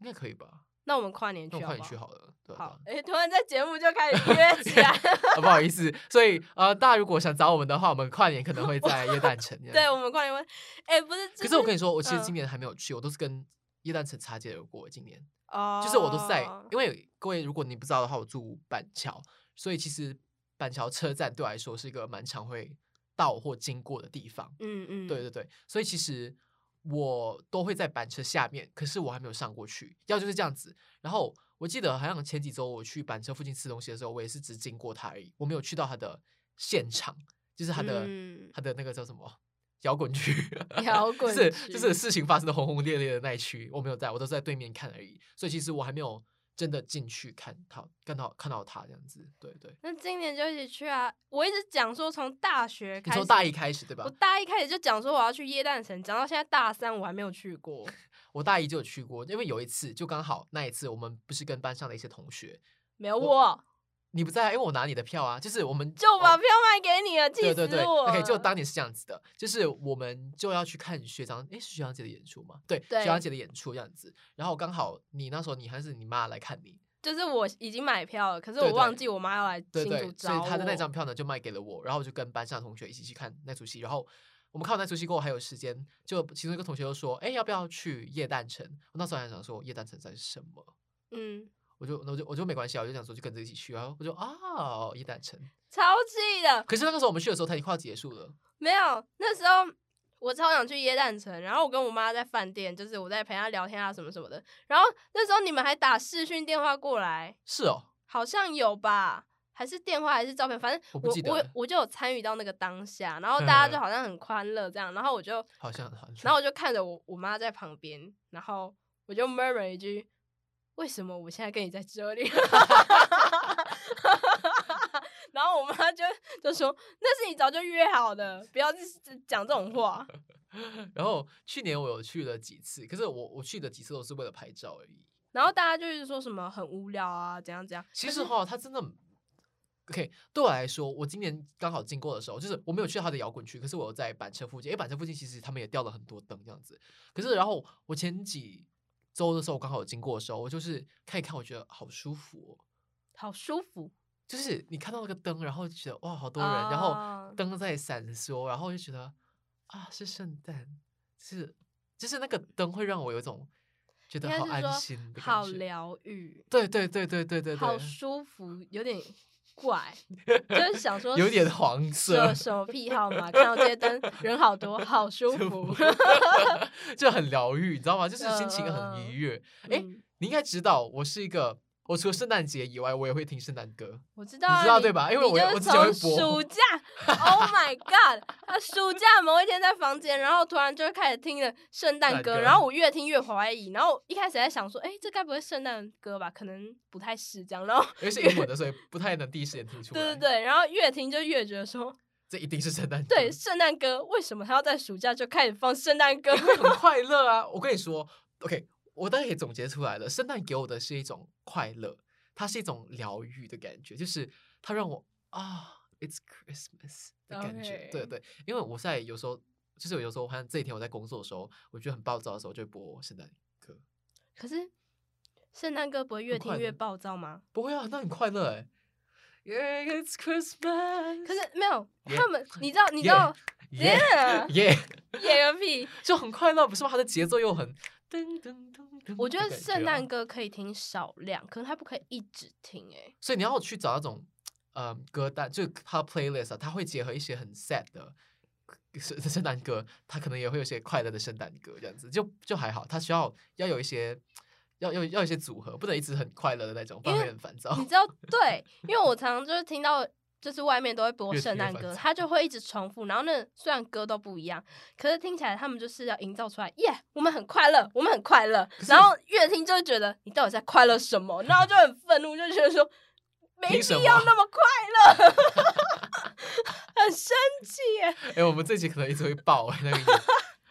[SPEAKER 2] 应该可以吧？
[SPEAKER 1] 那我们跨年去
[SPEAKER 2] 那
[SPEAKER 1] 好
[SPEAKER 2] 我
[SPEAKER 1] 不好？
[SPEAKER 2] 快点去好了。对啊对啊
[SPEAKER 1] 好，哎、突然在节目就开 始约起来了。
[SPEAKER 2] 啊，不好意思，所以呃，大家如果想找我们的话，我们跨年可能会在耶诞城。
[SPEAKER 1] 对，，我们跨年会，哎、不是，
[SPEAKER 2] 可是我跟
[SPEAKER 1] 以，
[SPEAKER 2] 你说，我其实
[SPEAKER 1] 嗯
[SPEAKER 2] 今年还没有去，我都是跟耶诞城擦肩而过。今年
[SPEAKER 1] 哦、
[SPEAKER 2] 就是我都是在，因为各位如果你不知道的话，我住板桥，所以其实板桥车站对我来说是一个蛮常会到或经过的地方。
[SPEAKER 1] 嗯嗯，
[SPEAKER 2] 对对对，所以其实我都会在板车下面，可是我还没有上过去，要就是这样子。然后我记得好像前几周我去板车附近吃东西的时候，我也是只经过它而已，我没有去到它的现场，就是它的、
[SPEAKER 1] 嗯
[SPEAKER 2] 它的那个叫什么摇滚区，
[SPEAKER 1] 摇滚
[SPEAKER 2] 就是就是
[SPEAKER 1] 区
[SPEAKER 2] 事情发生的轰轰烈烈的那一区，我没有在，我都是在对面看而已，所以其实我还没有真的进去看到看到看到它这样子，对对。
[SPEAKER 1] 那今年就一起去啊！我一直讲说从大学开
[SPEAKER 2] 你
[SPEAKER 1] 始，
[SPEAKER 2] 从大一开始对吧？
[SPEAKER 1] 我大一开始就讲说我要去耶诞城，讲到现在大三我还没有去 过。
[SPEAKER 2] 我大一就有去过，因为有一次就刚好那一次，我们不是跟班上的一些同学，
[SPEAKER 1] 没有
[SPEAKER 2] 我
[SPEAKER 1] 我，
[SPEAKER 2] 你不在啊，因为我拿你的票啊，就是我们
[SPEAKER 1] 就把
[SPEAKER 2] 哦
[SPEAKER 1] 票卖给你了，气
[SPEAKER 2] 对
[SPEAKER 1] 死
[SPEAKER 2] 对对
[SPEAKER 1] 我了。
[SPEAKER 2] ，OK，就当年是这样子的，就是我们就要去看学长，诶，是学长姐的演出嘛？对，
[SPEAKER 1] 对
[SPEAKER 2] 学长姐的演出这样子。然后刚好你那时候你还是你妈来看你，
[SPEAKER 1] 就是我已经买票了，可是
[SPEAKER 2] 对
[SPEAKER 1] 我
[SPEAKER 2] 对
[SPEAKER 1] 忘记我妈要来
[SPEAKER 2] 对
[SPEAKER 1] 新
[SPEAKER 2] 对
[SPEAKER 1] 竹，
[SPEAKER 2] 所以
[SPEAKER 1] 找
[SPEAKER 2] 他的那
[SPEAKER 1] 我
[SPEAKER 2] 张票呢就卖给了我，然后我就跟班上的同学一起去看那出戏，然后。我们看完那出戏过后还有时间，就其中一个同学就说：“诶，要不要去夜诞城？”我那时候还想说夜诞城在什么，
[SPEAKER 1] 嗯，
[SPEAKER 2] 我就我就我就没关系啊，我就想说就跟着一起去，然后我就啊一诞城。
[SPEAKER 1] 超气的。
[SPEAKER 2] 可是那个时候我们去的时候，它已经快要结束了。
[SPEAKER 1] 没有，那时候我超想去耶诞城，然后我跟我妈在饭店，就是我在陪她聊天啊什么什么的。然后那时候你们还打视讯电话过来，
[SPEAKER 2] 是哦，
[SPEAKER 1] 好像有吧？还是电话还是照片，反正
[SPEAKER 2] 我不
[SPEAKER 1] 我
[SPEAKER 2] 记得
[SPEAKER 1] 我
[SPEAKER 2] 了
[SPEAKER 1] 我就有参与到那个当下，然后大家
[SPEAKER 2] 嗯
[SPEAKER 1] 就好像很欢乐这样，然后我就
[SPEAKER 2] 好像好像。
[SPEAKER 1] 然后我就看着我我妈在旁边，然后我就 murmur 一句：“为什么我现在跟你在这里？” 然后我妈就就说：“那是你早就约好的，不要一直讲这种 话。
[SPEAKER 2] 然后去年我有去了几次，可是我我去的几次都是为了拍照而已。”
[SPEAKER 1] 然后大家就是说什么很无聊啊，怎样怎样。
[SPEAKER 2] 其
[SPEAKER 1] 可
[SPEAKER 2] 实
[SPEAKER 1] 是
[SPEAKER 2] 哈，它真的，OK，对我来说，我今年刚好经过的时候，就是我没有去它的摇滚区，可是我有在板车附近。诶，板车附近其实他们也吊了很多灯这样子。可是然后我前几周的时候，我刚好有经过的时候，我就是看一看，我觉得好舒服、哦。
[SPEAKER 1] 好舒服，
[SPEAKER 2] 就是你看到那个灯，然后就觉得哇，好多人，然后
[SPEAKER 1] 啊
[SPEAKER 2] 灯在闪烁，然后就觉得啊，是圣诞，是就是那个灯会让我有一种觉
[SPEAKER 1] 应
[SPEAKER 2] 得
[SPEAKER 1] 该
[SPEAKER 2] 好
[SPEAKER 1] 是
[SPEAKER 2] 安
[SPEAKER 1] 说
[SPEAKER 2] 心的感
[SPEAKER 1] 好
[SPEAKER 2] 觉
[SPEAKER 1] 疗愈，
[SPEAKER 2] 对对对对对对
[SPEAKER 1] 好
[SPEAKER 2] 对，
[SPEAKER 1] 舒服，有 点怪，就是想说
[SPEAKER 2] 有点黄色
[SPEAKER 1] 这，什么癖好嘛？看到这些灯，人好多， 好舒服。
[SPEAKER 2] 就很疗愈，你知道吗？就是心情
[SPEAKER 1] 嗯
[SPEAKER 2] 很
[SPEAKER 1] 嗯
[SPEAKER 2] 愉悦。哎、
[SPEAKER 1] 嗯
[SPEAKER 2] 你应该知道，我是一个，我除了圣诞节以外，我也会听圣诞歌。
[SPEAKER 1] 我知道、
[SPEAKER 2] 你
[SPEAKER 1] 啊，
[SPEAKER 2] 知道对吧因为
[SPEAKER 1] 你
[SPEAKER 2] 我
[SPEAKER 1] 就
[SPEAKER 2] 我
[SPEAKER 1] 是
[SPEAKER 2] 之前会
[SPEAKER 1] 从暑
[SPEAKER 2] 播
[SPEAKER 1] 假，Oh my God！他暑假某一天在房间，然后突然就开始听了圣
[SPEAKER 2] 圣诞
[SPEAKER 1] 诞歌，
[SPEAKER 2] 歌
[SPEAKER 1] 然后我越听越怀疑，然后一开始在想说，哎、这该不会圣诞歌吧？可能不太是这样，然后
[SPEAKER 2] 因为是英文的，所以不太能第一时间听出来。
[SPEAKER 1] 对对，对，然后越听就越觉得说，
[SPEAKER 2] 这一定是圣诞歌。
[SPEAKER 1] 对，圣诞歌为什么他要在暑假就开始放圣诞歌？
[SPEAKER 2] 会很快乐啊！我跟你说，OK，我大概可以总结出来了，圣诞给我的是一种快乐，它是一种疗愈的感觉，就是它让我啊，It's Christmas 的感觉。对
[SPEAKER 1] OK
[SPEAKER 2] 对，因为我在有时候就是有时候我看这一天我在工作的时候，我觉得很暴躁的时候，就会播圣诞歌。
[SPEAKER 1] 可是圣诞歌不会越
[SPEAKER 2] 很
[SPEAKER 1] 听
[SPEAKER 2] 快
[SPEAKER 1] 越
[SPEAKER 2] 乐
[SPEAKER 1] 暴躁吗？
[SPEAKER 2] 不会啊，那很快乐哎、Yeah, it's Christmas。
[SPEAKER 1] 可是没有
[SPEAKER 2] Yeah
[SPEAKER 1] 他们，你知道，你知
[SPEAKER 2] Yeah
[SPEAKER 1] 道，
[SPEAKER 2] 耶
[SPEAKER 1] Yeah
[SPEAKER 2] 耶，
[SPEAKER 1] 演个屁！
[SPEAKER 2] 就很快乐，不是吗？它的节奏又很噔噔噔噔。
[SPEAKER 1] 我觉得圣诞
[SPEAKER 2] 歌，
[SPEAKER 1] 歌可以听少量，可是它不可以一直听、 欸。
[SPEAKER 2] 所以你要去找那种呃歌单，就它 playlist 啊，它会结合一些很 sad 的圣圣诞歌，它可能也会有一些快乐的圣诞歌，这样子就就还好。它需要要有一些要要要有一些组合，不能一直很快乐的那种，不然会很烦躁。
[SPEAKER 1] 你知道，对，因为我常常就是听到，就是外面都会播
[SPEAKER 2] 越听
[SPEAKER 1] 圣
[SPEAKER 2] 越
[SPEAKER 1] 诞
[SPEAKER 2] 烦
[SPEAKER 1] 歌，
[SPEAKER 2] 躁
[SPEAKER 1] 它就会一直重复。然后那虽然歌都不一样，可是听起来他们就是要营造出来，耶、我们很快乐，我们很快乐。
[SPEAKER 2] 是
[SPEAKER 1] 然后越听就会觉得你到底在快乐什么，然后就很愤怒，就觉得说没
[SPEAKER 2] 凭什
[SPEAKER 1] 必要
[SPEAKER 2] 么
[SPEAKER 1] 那么快乐， 很生气耶、
[SPEAKER 2] 哎、我们这集可能一直会爆、啊那个音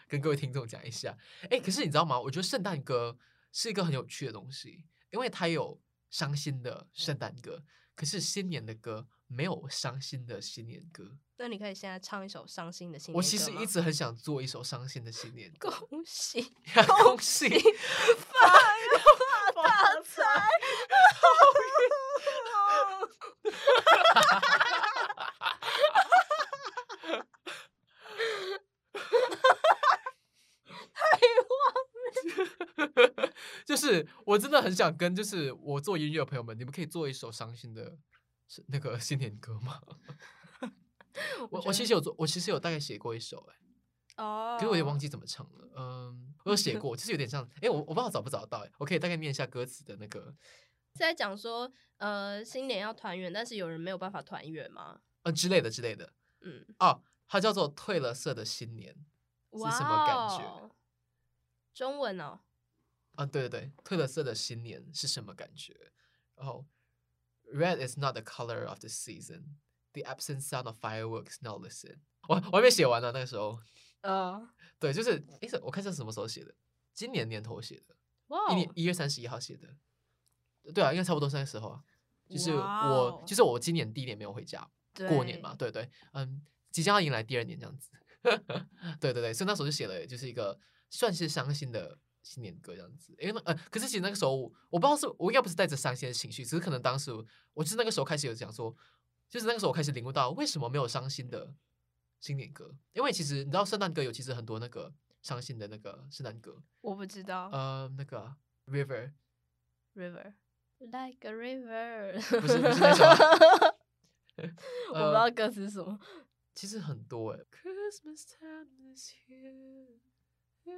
[SPEAKER 2] 跟各位听众讲一下。哎、可是你知道吗？我觉得圣诞歌是一个很有趣的东西，因为它有伤心的圣诞歌，可是新年的歌没有伤心的新年歌。
[SPEAKER 1] 那你可以现在唱一首伤心的新年歌
[SPEAKER 2] 我其实
[SPEAKER 1] 吗
[SPEAKER 2] 一直很想做一首伤心的新年歌，
[SPEAKER 1] 恭喜
[SPEAKER 2] 恭喜
[SPEAKER 1] 发大财！
[SPEAKER 2] 就是我真的很想跟，就是我做音乐的朋友们，你们可以做一首伤心的，是那个新年歌 吗？我
[SPEAKER 1] 觉得
[SPEAKER 2] 我其实有做，我其实有大概写过一首、哎。
[SPEAKER 1] 哦，
[SPEAKER 2] 可是我也忘记怎么唱了。嗯，我有写过，就是有点像，哎、我我不知道找不找得到、诶我可以大概念一下歌词的那个，
[SPEAKER 1] 是在讲说，呃，新年要团圆，但是有人没有办法团圆吗？
[SPEAKER 2] 呃之类的之类的。
[SPEAKER 1] 嗯，
[SPEAKER 2] 哦，它叫做《褪了色的新年》，是什么感觉
[SPEAKER 1] 哇哦？中文哦，
[SPEAKER 2] 啊，对对对，褪了色的新年是什么感觉？然后，Red is not the color of the season. The absent sound of fireworks. Now listen，我我还没写完呢、那个时候，
[SPEAKER 1] 呃，
[SPEAKER 2] 对，就是，哎，是我看一下是什么时候写的，今年年头写的。
[SPEAKER 1] 哇
[SPEAKER 2] 一年
[SPEAKER 1] 哦，
[SPEAKER 2] 一月三十一号写的，对啊，应该差不多是那个时候啊。就是我，
[SPEAKER 1] 哇哦
[SPEAKER 2] 就是我今年第一年没有回家过年嘛，
[SPEAKER 1] 对，
[SPEAKER 2] 对对，嗯，即将要迎来第二年这样子。 对对对，所以那时候就写了，就是一个算是伤心的新年歌这样子。因为呃，可是其实那个时候我我不知道是我应该不是带着伤心的情绪，只是可能当时我就是那个时候开始有讲说，就是那个时候我开始领悟到为什么没有伤心的新年歌，因为其实你知道圣诞歌有其实很多那个伤心的那个圣诞歌，
[SPEAKER 1] 我不知道
[SPEAKER 2] 呃，那个啊 River。
[SPEAKER 1] ，river。Like a river，
[SPEAKER 2] 不是不呃是那首啊
[SPEAKER 1] 我不知道歌词是什么。
[SPEAKER 2] 其实很多哎、Christmas time is here，哒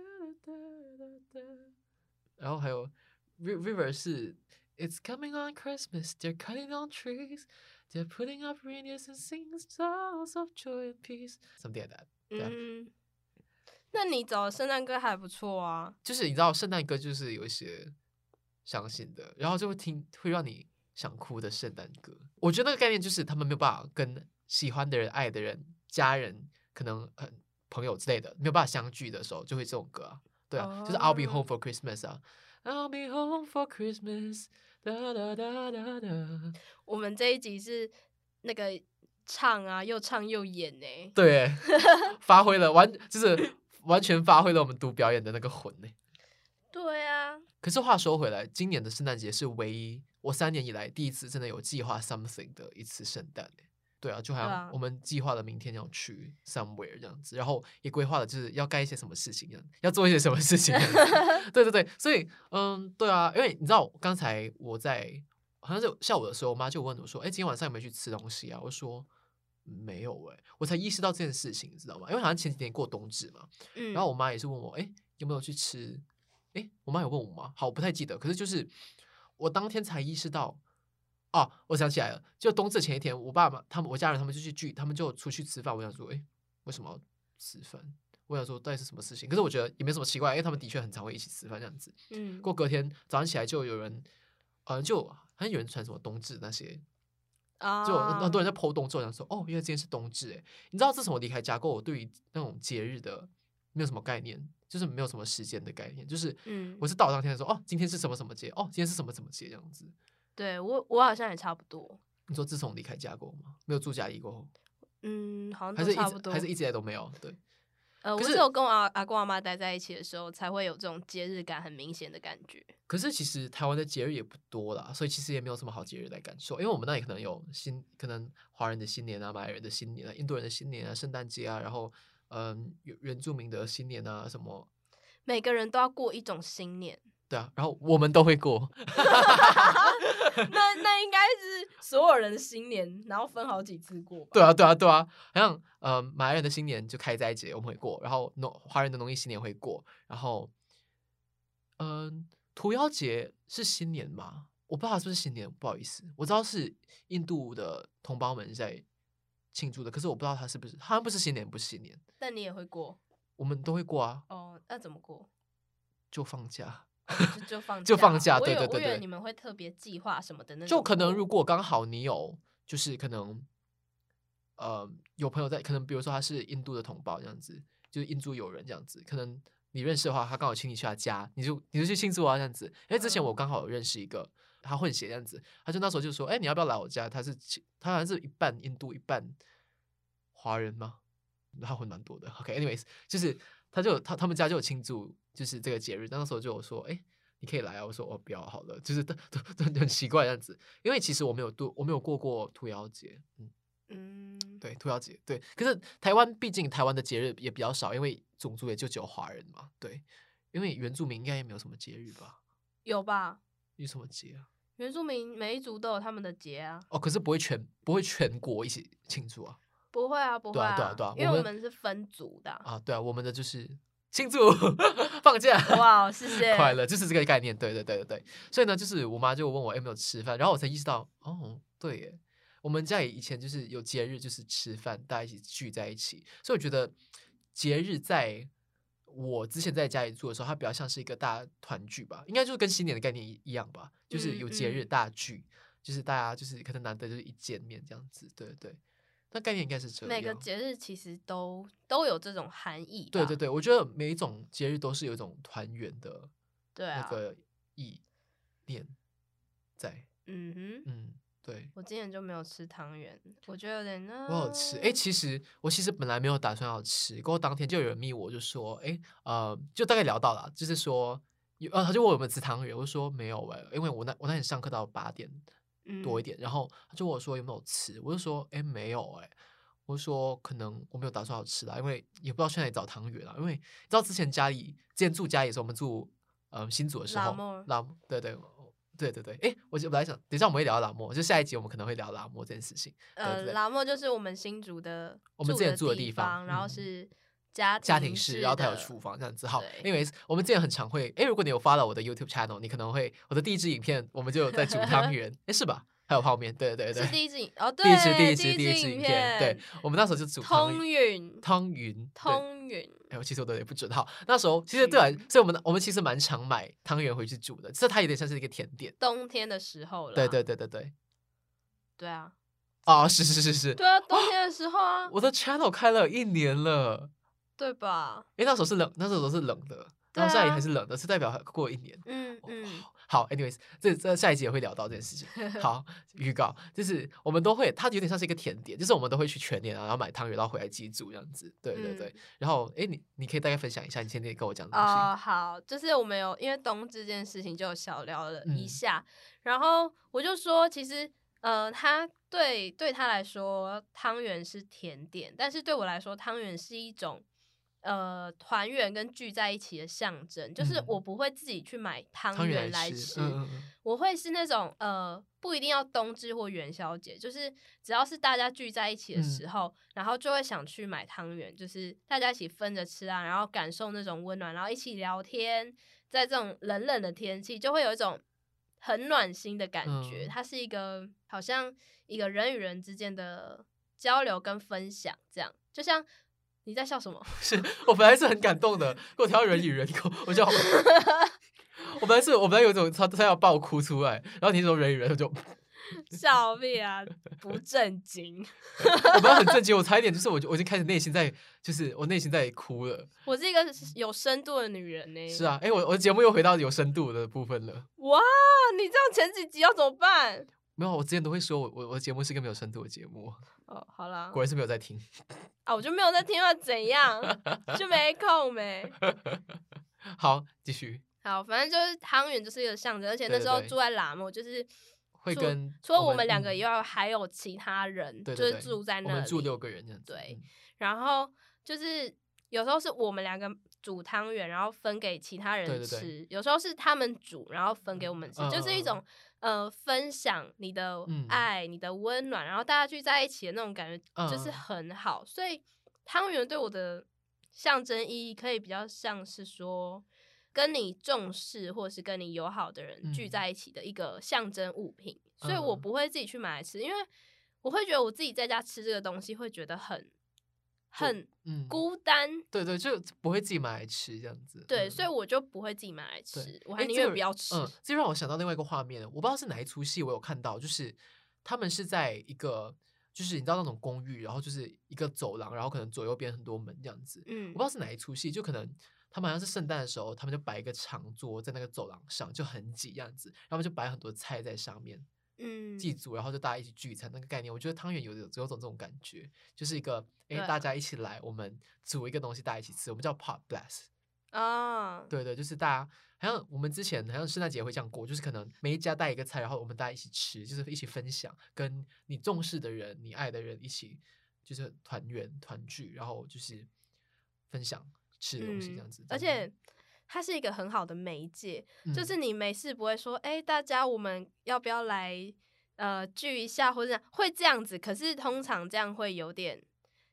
[SPEAKER 2] 哒哒哒然后还有 Ri- River 是 It's coming on Christmas, they're cutting down trees, they're putting up reindeers and singing songs of joy and peace, something like that。啊
[SPEAKER 1] 嗯，那你找的圣诞歌还不错啊。
[SPEAKER 2] 就是你知道圣诞歌就是有一些伤心的，然后就会听会让你想哭的圣诞歌。我觉得那个概念就是他们没有办法跟喜欢的人、爱的人、家人，可能很朋友之类的没有办法相聚的时候，就会这种歌啊，对啊，就是 I'll be
[SPEAKER 1] 哦
[SPEAKER 2] home for Christmas 啊，I'll be home for Christmas，哒哒哒哒哒。
[SPEAKER 1] 我们这一集是那个唱啊，又唱又演呢、
[SPEAKER 2] 对，发挥了完，就是完全发挥了我们读表演的那个魂呢、
[SPEAKER 1] 对啊，
[SPEAKER 2] 可是话说回来，今年的圣诞节是唯一我三年以来第一次真的有计划 something 的一次圣诞欸对啊，就好
[SPEAKER 1] 对
[SPEAKER 2] 像
[SPEAKER 1] 啊
[SPEAKER 2] 我们计划了明天要去 somewhere 这样子，然后也规划了就是要干一些什么事情这样，要做一些什么事情这 样子对对对，所以嗯，对啊，因为你知道刚才我在好像是下午的时候，我妈就问我说：“哎，今天晚上有没有去吃东西啊？”我说。没有哎、我才意识到这件事情，你知道吗？因为好像前几天过冬至嘛，
[SPEAKER 1] 嗯，
[SPEAKER 2] 然后我妈也是问我，哎、有没有去吃？哎、我妈有问我吗？好，我不太记得。可是就是我当天才意识到，哦，我想起来了，就冬至前一天，我爸妈他们我家人他们就去聚，他们就出去吃饭。我想说，哎、为什么要吃饭？我想说到底是什么事情？可是我觉得也没什么奇怪，因为他们的确很常会一起吃饭这样子。
[SPEAKER 1] 嗯，
[SPEAKER 2] 过隔天早上起来就有人，呃，就好像有人传什么冬至那些
[SPEAKER 1] 啊
[SPEAKER 2] 就有很多人在剖冬之后想说，哦，原来今天是冬至哎。你知道自从我离开家过后，我对于那种节日的没有什么概念，就是没有什么时间的概念，就是
[SPEAKER 1] 嗯
[SPEAKER 2] 我是到当天的时候，哦，今天是什么什么节，哦，今天是什么什么节这样子。
[SPEAKER 1] 对我我好像也差不多，
[SPEAKER 2] 你说自从离开家过后吗？没有住家里过后，
[SPEAKER 1] 嗯，好像
[SPEAKER 2] 还
[SPEAKER 1] 都
[SPEAKER 2] 是一
[SPEAKER 1] 差不
[SPEAKER 2] 直
[SPEAKER 1] 多，
[SPEAKER 2] 还是一直以来都没有？对，
[SPEAKER 1] 呃，我
[SPEAKER 2] 可
[SPEAKER 1] 只
[SPEAKER 2] 是
[SPEAKER 1] 有跟我阿阿公阿妈待在一起的时候，才会有这种节日感很明显的感觉。
[SPEAKER 2] 可是其实台湾的节日也不多啦，所以其实也没有什么好节日来感受，因为我们那里可能有新，可能华人的新年啊、马来人的新年啊、印度人的新年啊、圣诞节啊，然后嗯原原住民的新年啊什么，
[SPEAKER 1] 每个人都要过一种新 年，
[SPEAKER 2] 对啊，然后我们都会过，
[SPEAKER 1] 那那应该是所有人的新年，然后分好几次过吧。
[SPEAKER 2] 对啊，对啊，对啊，好像呃，马来人的新年就开斋节我们会过，然后农华人的农历新年会过，然后嗯、屠妖节是新年吗？我不知道它是不是新年，不好意思，我知道是印度的同胞们在庆祝的，可是我不知道它是不是，好像不是新年，不是新年，
[SPEAKER 1] 但你也会过
[SPEAKER 2] 我们都会过啊，
[SPEAKER 1] 哦？那怎么过？
[SPEAKER 2] 就放假，
[SPEAKER 1] 就 就放
[SPEAKER 2] 就放假
[SPEAKER 1] 我
[SPEAKER 2] 对
[SPEAKER 1] 以为
[SPEAKER 2] 对对
[SPEAKER 1] 我以为
[SPEAKER 2] 对
[SPEAKER 1] 你们会特别计划什么的那种过，
[SPEAKER 2] 就可能如果刚好你有就是可能呃有朋友在，可能比如说他是印度的同胞这样子，就是印度友人这样子，可能你认识的话，他刚好请你去他家，你就你就去庆祝啊这样子。因为之前我
[SPEAKER 1] 嗯
[SPEAKER 2] 刚好有认识一个他混血这样子，他就那时候就说，哎、你要不要来我家？他是其他好像是一半印度一半华人吗？他混蛮多的。OK，anyways，、就是他就有他他们家就有庆祝，就是这个节日。那时候就有说，哎、你可以来啊。我说哦，不要好了，就是 都都都很奇怪这样子。因为其实我没有度，我没有过过屠妖节，嗯，
[SPEAKER 1] 嗯，
[SPEAKER 2] 对，屠妖节，对。可是台湾毕竟台湾的节日也比较少，因为种族也就只有华人嘛，对。因为原住民应该也没有什么节日吧？
[SPEAKER 1] 有吧？
[SPEAKER 2] 有什么节啊？
[SPEAKER 1] 原住民每一族都有他们的节啊，
[SPEAKER 2] 哦，可是不会全不会全国一起庆祝啊
[SPEAKER 1] 不会啊，不会
[SPEAKER 2] 对啊对啊对啊
[SPEAKER 1] 因
[SPEAKER 2] 我
[SPEAKER 1] 为我
[SPEAKER 2] 们
[SPEAKER 1] 们是分族的啊。
[SPEAKER 2] 啊！对啊，我们的就是庆祝 放假，
[SPEAKER 1] 哇，哦 谢谢，
[SPEAKER 2] 快乐，就是这个概念。对对对对对。所以呢，就是我妈就问我有没有吃饭，然后我才意识到，哦，对耶，我们家里以前就是有节日就是吃饭，大家一起聚在一起。所以我觉得节日在我之前在家里住的时候，它比较像是一个大团聚吧，应该就是跟新年的概念一一样吧，就是
[SPEAKER 1] 嗯
[SPEAKER 2] 有节
[SPEAKER 1] 嗯
[SPEAKER 2] 日大聚，就是大家就是可能难得就是一见面这样子。对对，那概念应该是这样。
[SPEAKER 1] 每个节日其实都都有这种含义吧。
[SPEAKER 2] 对对对，我觉得每一种节日都是有一种团圆的
[SPEAKER 1] 对
[SPEAKER 2] 那
[SPEAKER 1] 啊，
[SPEAKER 2] 个意念在。
[SPEAKER 1] 嗯哼。
[SPEAKER 2] 嗯，对，
[SPEAKER 1] 我今年就没有吃汤圆，我觉得有点那。
[SPEAKER 2] 我有吃。
[SPEAKER 1] 嗯
[SPEAKER 2] 诶，其实我其实本来没有打算要吃，过后当天就有人密我，就说，诶，呃，就大概聊到了，就是说。有呃，他就问我有没有吃汤圆，我就说没有诶，因为我那我那天上课到八点多一
[SPEAKER 1] 点。
[SPEAKER 2] 点，然后他就问我说有没有吃，我就说诶，没有诶，我就说可能我没有打算要吃啦，因为也不知道去哪里找汤圆啦，因为你知道之前家里之前住家里的时候，我们住嗯新竹的时
[SPEAKER 1] 拉
[SPEAKER 2] 候
[SPEAKER 1] 莫，
[SPEAKER 2] 拉莫对对对对对，诶，我就本来想等一下我们会聊拉莫，就下一集我们可能会聊拉莫这件事情。对
[SPEAKER 1] 呃，
[SPEAKER 2] 对
[SPEAKER 1] 拉莫就是我们新竹的，
[SPEAKER 2] 我们之前住的地
[SPEAKER 1] 地
[SPEAKER 2] 方
[SPEAKER 1] 然后
[SPEAKER 2] 嗯
[SPEAKER 1] 是家
[SPEAKER 2] 家庭
[SPEAKER 1] 式
[SPEAKER 2] 式，
[SPEAKER 1] 嗯的，
[SPEAKER 2] 然后它有厨房这样子。好
[SPEAKER 1] 对
[SPEAKER 2] ，anyways，我们之前很常会，诶，如果你有 follow 我的 YouTube channel，你可能会我的第一支影片，我们就有在煮 汤圆，诶，是吧？还有泡面，对对对，
[SPEAKER 1] 是第一支影哦，对，
[SPEAKER 2] 第一支第一支
[SPEAKER 1] 支
[SPEAKER 2] 第一支
[SPEAKER 1] 影
[SPEAKER 2] 影片，对，我们那时候就煮汤
[SPEAKER 1] 通
[SPEAKER 2] 圆，
[SPEAKER 1] 允
[SPEAKER 2] 汤圆，对。
[SPEAKER 1] 通允，
[SPEAKER 2] 哎，我其实我都也不知道，那时候其实对啊，
[SPEAKER 1] 嗯
[SPEAKER 2] 所以我们我们其实蛮常买汤圆回去煮的，这它有点像是一个甜点，
[SPEAKER 1] 冬天的时候了，
[SPEAKER 2] 对对对对对，
[SPEAKER 1] 对啊，
[SPEAKER 2] 哦，是是是是，
[SPEAKER 1] 对啊，冬天的时候啊，
[SPEAKER 2] 我的 channel 开了一年了，
[SPEAKER 1] 对吧？
[SPEAKER 2] 诶，那时候是冷，那时候是冷的，然
[SPEAKER 1] 对
[SPEAKER 2] 后现在也
[SPEAKER 1] 啊
[SPEAKER 2] 还是冷的，是代表过一年，
[SPEAKER 1] 嗯
[SPEAKER 2] 哦
[SPEAKER 1] 嗯，
[SPEAKER 2] 好，anyways，这这下一集也会聊到这件事情。 好，预告就是我们都会，它有点像是一个甜点，就是我们都会去全年啊，然后买汤圆，然后回来自己煮这样子。对对对。
[SPEAKER 1] 嗯
[SPEAKER 2] 然后，诶，你你可以大概分享一下你前天跟我讲的东西。
[SPEAKER 1] 哦，好，就是我们有因为冬至这件事情就有小聊了一
[SPEAKER 2] 嗯
[SPEAKER 1] 下，然后我就说，其实呃，他对对他来说汤圆是甜点，但是对我来说汤圆是一种呃团圆跟聚在一起的象征，就是
[SPEAKER 2] 嗯
[SPEAKER 1] 我不会自己去买汤
[SPEAKER 2] 汤
[SPEAKER 1] 圆
[SPEAKER 2] 圆
[SPEAKER 1] 来
[SPEAKER 2] 吃，嗯嗯嗯，
[SPEAKER 1] 我会是那种呃，不一定要冬至或元宵节，就是只要是大家聚在一起的
[SPEAKER 2] 嗯
[SPEAKER 1] 时候，然后就会想去买汤圆，就是大家一起分着吃啊，然后感受那种温暖，然后一起聊天，在这种冷冷的天气，就会有一种很暖心的感觉。
[SPEAKER 2] 嗯
[SPEAKER 1] 它是一个好像一个人与人之间的交流跟分享，这样就像你在笑什么？
[SPEAKER 2] 是我本来是很感动的，给我挑人与人，我我 就好。我本来是我本来有一种他他要爆哭出来，然后你说人与人，我就
[SPEAKER 1] 笑屁啊，不正经。
[SPEAKER 2] 我本来很震惊，我差一点就是我就我已经开始内心在就是我内心在哭了。
[SPEAKER 1] 我是一个有深度的女人呢、
[SPEAKER 2] 是啊，诶，我我的节目又回到有深度的部分了。
[SPEAKER 1] 哇，你这样前几集要怎么办？
[SPEAKER 2] 没有，我之前都会说我我我的节目是一个没有深度的节目，
[SPEAKER 1] 哦，好啦，
[SPEAKER 2] 果然是没有在听。
[SPEAKER 1] 啊，我就没有在听了，怎样就没空没。
[SPEAKER 2] 好，继续
[SPEAKER 1] 好，反正就是汤圆就是一个象征，而且那
[SPEAKER 2] 对对
[SPEAKER 1] 时候
[SPEAKER 2] 对
[SPEAKER 1] 住在拉莫，就是
[SPEAKER 2] 会
[SPEAKER 1] 除
[SPEAKER 2] 跟
[SPEAKER 1] 除了
[SPEAKER 2] 我
[SPEAKER 1] 我
[SPEAKER 2] 们
[SPEAKER 1] 们两
[SPEAKER 2] 嗯
[SPEAKER 1] 个以外，还有其他人
[SPEAKER 2] 对
[SPEAKER 1] 就是
[SPEAKER 2] 对对
[SPEAKER 1] 住在
[SPEAKER 2] 我
[SPEAKER 1] 那
[SPEAKER 2] 们
[SPEAKER 1] 里，
[SPEAKER 2] 住六个人这样子。
[SPEAKER 1] 对
[SPEAKER 2] 嗯，
[SPEAKER 1] 然后就是有时候是我们两个煮汤圆，然后分给其他人
[SPEAKER 2] 对对
[SPEAKER 1] 吃；
[SPEAKER 2] 对
[SPEAKER 1] 有时候是他们煮，然后分给我们吃，
[SPEAKER 2] 嗯
[SPEAKER 1] 就是一种呃分享你的
[SPEAKER 2] 嗯
[SPEAKER 1] 爱、你的温暖，然后大家聚在一起的那种感觉，就是
[SPEAKER 2] 嗯
[SPEAKER 1] 很好。所以汤圆对我的象征意义，可以比较像是说。跟你重视或是跟你友好的人聚
[SPEAKER 2] 嗯
[SPEAKER 1] 在一起的一个象征物品，所以
[SPEAKER 2] 嗯
[SPEAKER 1] 我不会自己去买来吃，因为我会觉得我自己在家吃这个东西会觉得很很
[SPEAKER 2] 嗯，
[SPEAKER 1] 孤单，
[SPEAKER 2] 对对，就不会自己买来吃这样子。
[SPEAKER 1] 对，
[SPEAKER 2] 嗯
[SPEAKER 1] 所以我就不会自己买来
[SPEAKER 2] 对
[SPEAKER 1] 吃，我
[SPEAKER 2] 诶
[SPEAKER 1] 还
[SPEAKER 2] 这
[SPEAKER 1] 宁愿
[SPEAKER 2] 个
[SPEAKER 1] 不要吃。
[SPEAKER 2] 嗯，这让我想到另外一个画面，我不知道是哪一出戏，我有看到，就是他们是在一个，就是你知道那种公寓，然后就是一个走廊，然后可能左右边很多门这样子。
[SPEAKER 1] 嗯
[SPEAKER 2] 我不知道是哪一出戏，就可能他们好像是圣诞的时候，他们就摆一个长桌在那个走廊上，就很挤样子，然后就摆很多菜在上面，
[SPEAKER 1] 嗯，
[SPEAKER 2] 祭祖，然后就大家一起聚餐那个概念，我觉得汤圆有有有种这种感觉，就是一个哎、
[SPEAKER 1] 对啊
[SPEAKER 2] 大家一起来，我们煮一个东西大家一起吃，我们叫 pot blast。
[SPEAKER 1] 啊，
[SPEAKER 2] 对对，就是大家好像我们之前好像圣诞节会这样过，就是可能每一家带一个菜，然后我们大家一起吃，就是一起分享，跟你重视的人、你爱的人一起，就是团圆团聚，然后就是分享吃的东西这样子。
[SPEAKER 1] 嗯而
[SPEAKER 2] 这样
[SPEAKER 1] 且它是一个很好的媒介，
[SPEAKER 2] 子
[SPEAKER 1] 就
[SPEAKER 2] 嗯
[SPEAKER 1] 是你没事不会说，哎、大家我们要不要来呃聚一下，或者这样会这样子。可是通常这样会有点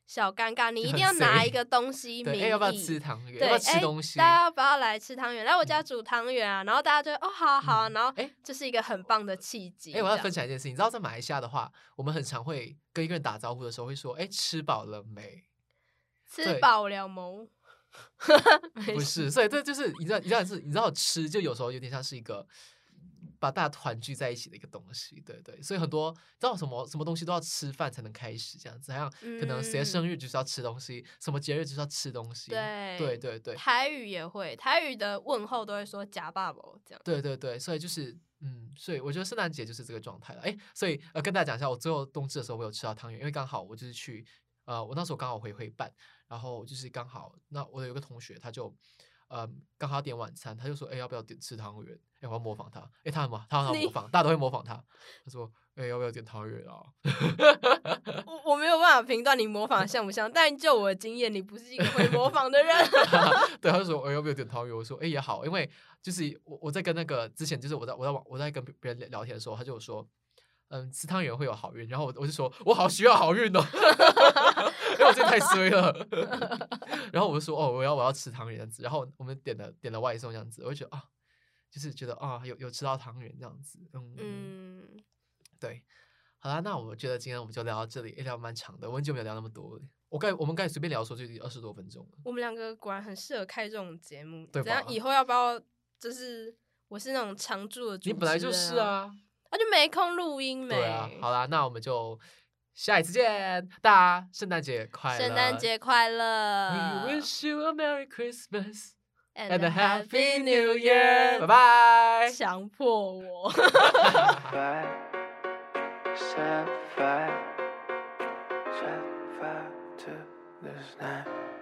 [SPEAKER 1] 小尴尬，你
[SPEAKER 2] 就
[SPEAKER 1] 一定要
[SPEAKER 2] 很
[SPEAKER 1] 拿
[SPEAKER 2] 随
[SPEAKER 1] 一个东西名
[SPEAKER 2] 对，
[SPEAKER 1] 义，
[SPEAKER 2] 哎，要不要吃汤圆？要
[SPEAKER 1] 对，
[SPEAKER 2] 不要吃
[SPEAKER 1] 哎
[SPEAKER 2] 东西？
[SPEAKER 1] 大家要不要来吃汤圆？来我家
[SPEAKER 2] 嗯
[SPEAKER 1] 煮汤圆啊！然后大家就会哦，好啊好啊，
[SPEAKER 2] 嗯
[SPEAKER 1] 然后
[SPEAKER 2] 哎
[SPEAKER 1] 这是一个很棒的契机。
[SPEAKER 2] 哎、我要
[SPEAKER 1] 这样
[SPEAKER 2] 分享一件事情，你知道在马来西亚的话，我们很常会跟一个人打招呼的时候会说：“哎、吃饱了没
[SPEAKER 1] 吃
[SPEAKER 2] 对
[SPEAKER 1] 饱了 吗？？”
[SPEAKER 2] 不是，所以这就是你知道，你知道是，你知道吃就有时候有点像是一个把大家团聚在一起的一个东西，对对。所以很多你知道什么什么东西都要吃饭才能开始，这样子，好像可能谁的生
[SPEAKER 1] 嗯
[SPEAKER 2] 日就是要吃东西，什么节日就是要吃东西，
[SPEAKER 1] 对
[SPEAKER 2] 对对对
[SPEAKER 1] 台语也会，台语的问候都会说“假爸爸” 这样。
[SPEAKER 2] 对对对，所以就是。嗯，所以我觉得圣诞节就是这个状态了。哎，所以呃，跟大家讲一下，我最后冬至的时候我有吃到汤圆，因为刚好我就是去呃，我那时候刚好回回办，然后就是刚好那我有一个同学他就呃刚好要点晚餐，他就说哎要不要点吃汤圆？哎我要模仿他，哎他很模他很好
[SPEAKER 1] 你
[SPEAKER 2] 模仿，大家都会模仿他。他说哎要不要点汤圆啊？
[SPEAKER 1] 我我没有办法评断你模仿得像不像，但就我的经验，你不是一个会模仿的人。
[SPEAKER 2] 对，他就说：“我、要不要点汤圆？”我说：“哎、也好，因为就是我我在跟那个之前，就是我在我在网我在跟别人聊聊天的时候，他就有说，嗯，吃汤圆会有好运。然后我我就说，我好需要好运 哦，因为我真的太衰了。 然后我就说，哦，我要我要吃汤圆这样子。然后我们点了点了外送这样子，我就觉得啊，就是觉得啊，有有吃到汤圆这样子， 嗯嗯，
[SPEAKER 1] 嗯，
[SPEAKER 2] 对。好啦，那我觉得今天我们就聊到这里，也聊蛮长的，我很久没有聊那么多了。我刚才我们刚才随便聊说就已经二十多分钟了。
[SPEAKER 1] 我们两个果然很适合开这种节目。
[SPEAKER 2] 对
[SPEAKER 1] 怎样
[SPEAKER 2] 吧
[SPEAKER 1] 以后要不要就是我是那种常驻的主持
[SPEAKER 2] 你
[SPEAKER 1] 人、
[SPEAKER 2] 本来就是，啊。
[SPEAKER 1] 那、就没空录音没。
[SPEAKER 2] 对啊，好啦，那我们就下一次见，大家圣诞节快乐！
[SPEAKER 1] 圣诞节快
[SPEAKER 2] ，We
[SPEAKER 1] 乐
[SPEAKER 2] wish you a merry Christmas
[SPEAKER 1] and
[SPEAKER 2] and a
[SPEAKER 1] a
[SPEAKER 2] happy
[SPEAKER 1] happy new
[SPEAKER 2] New Year，
[SPEAKER 1] year！
[SPEAKER 2] 拜拜。
[SPEAKER 1] 强迫我。
[SPEAKER 3] Sad vibe, sad vibe, sad vibe to this night.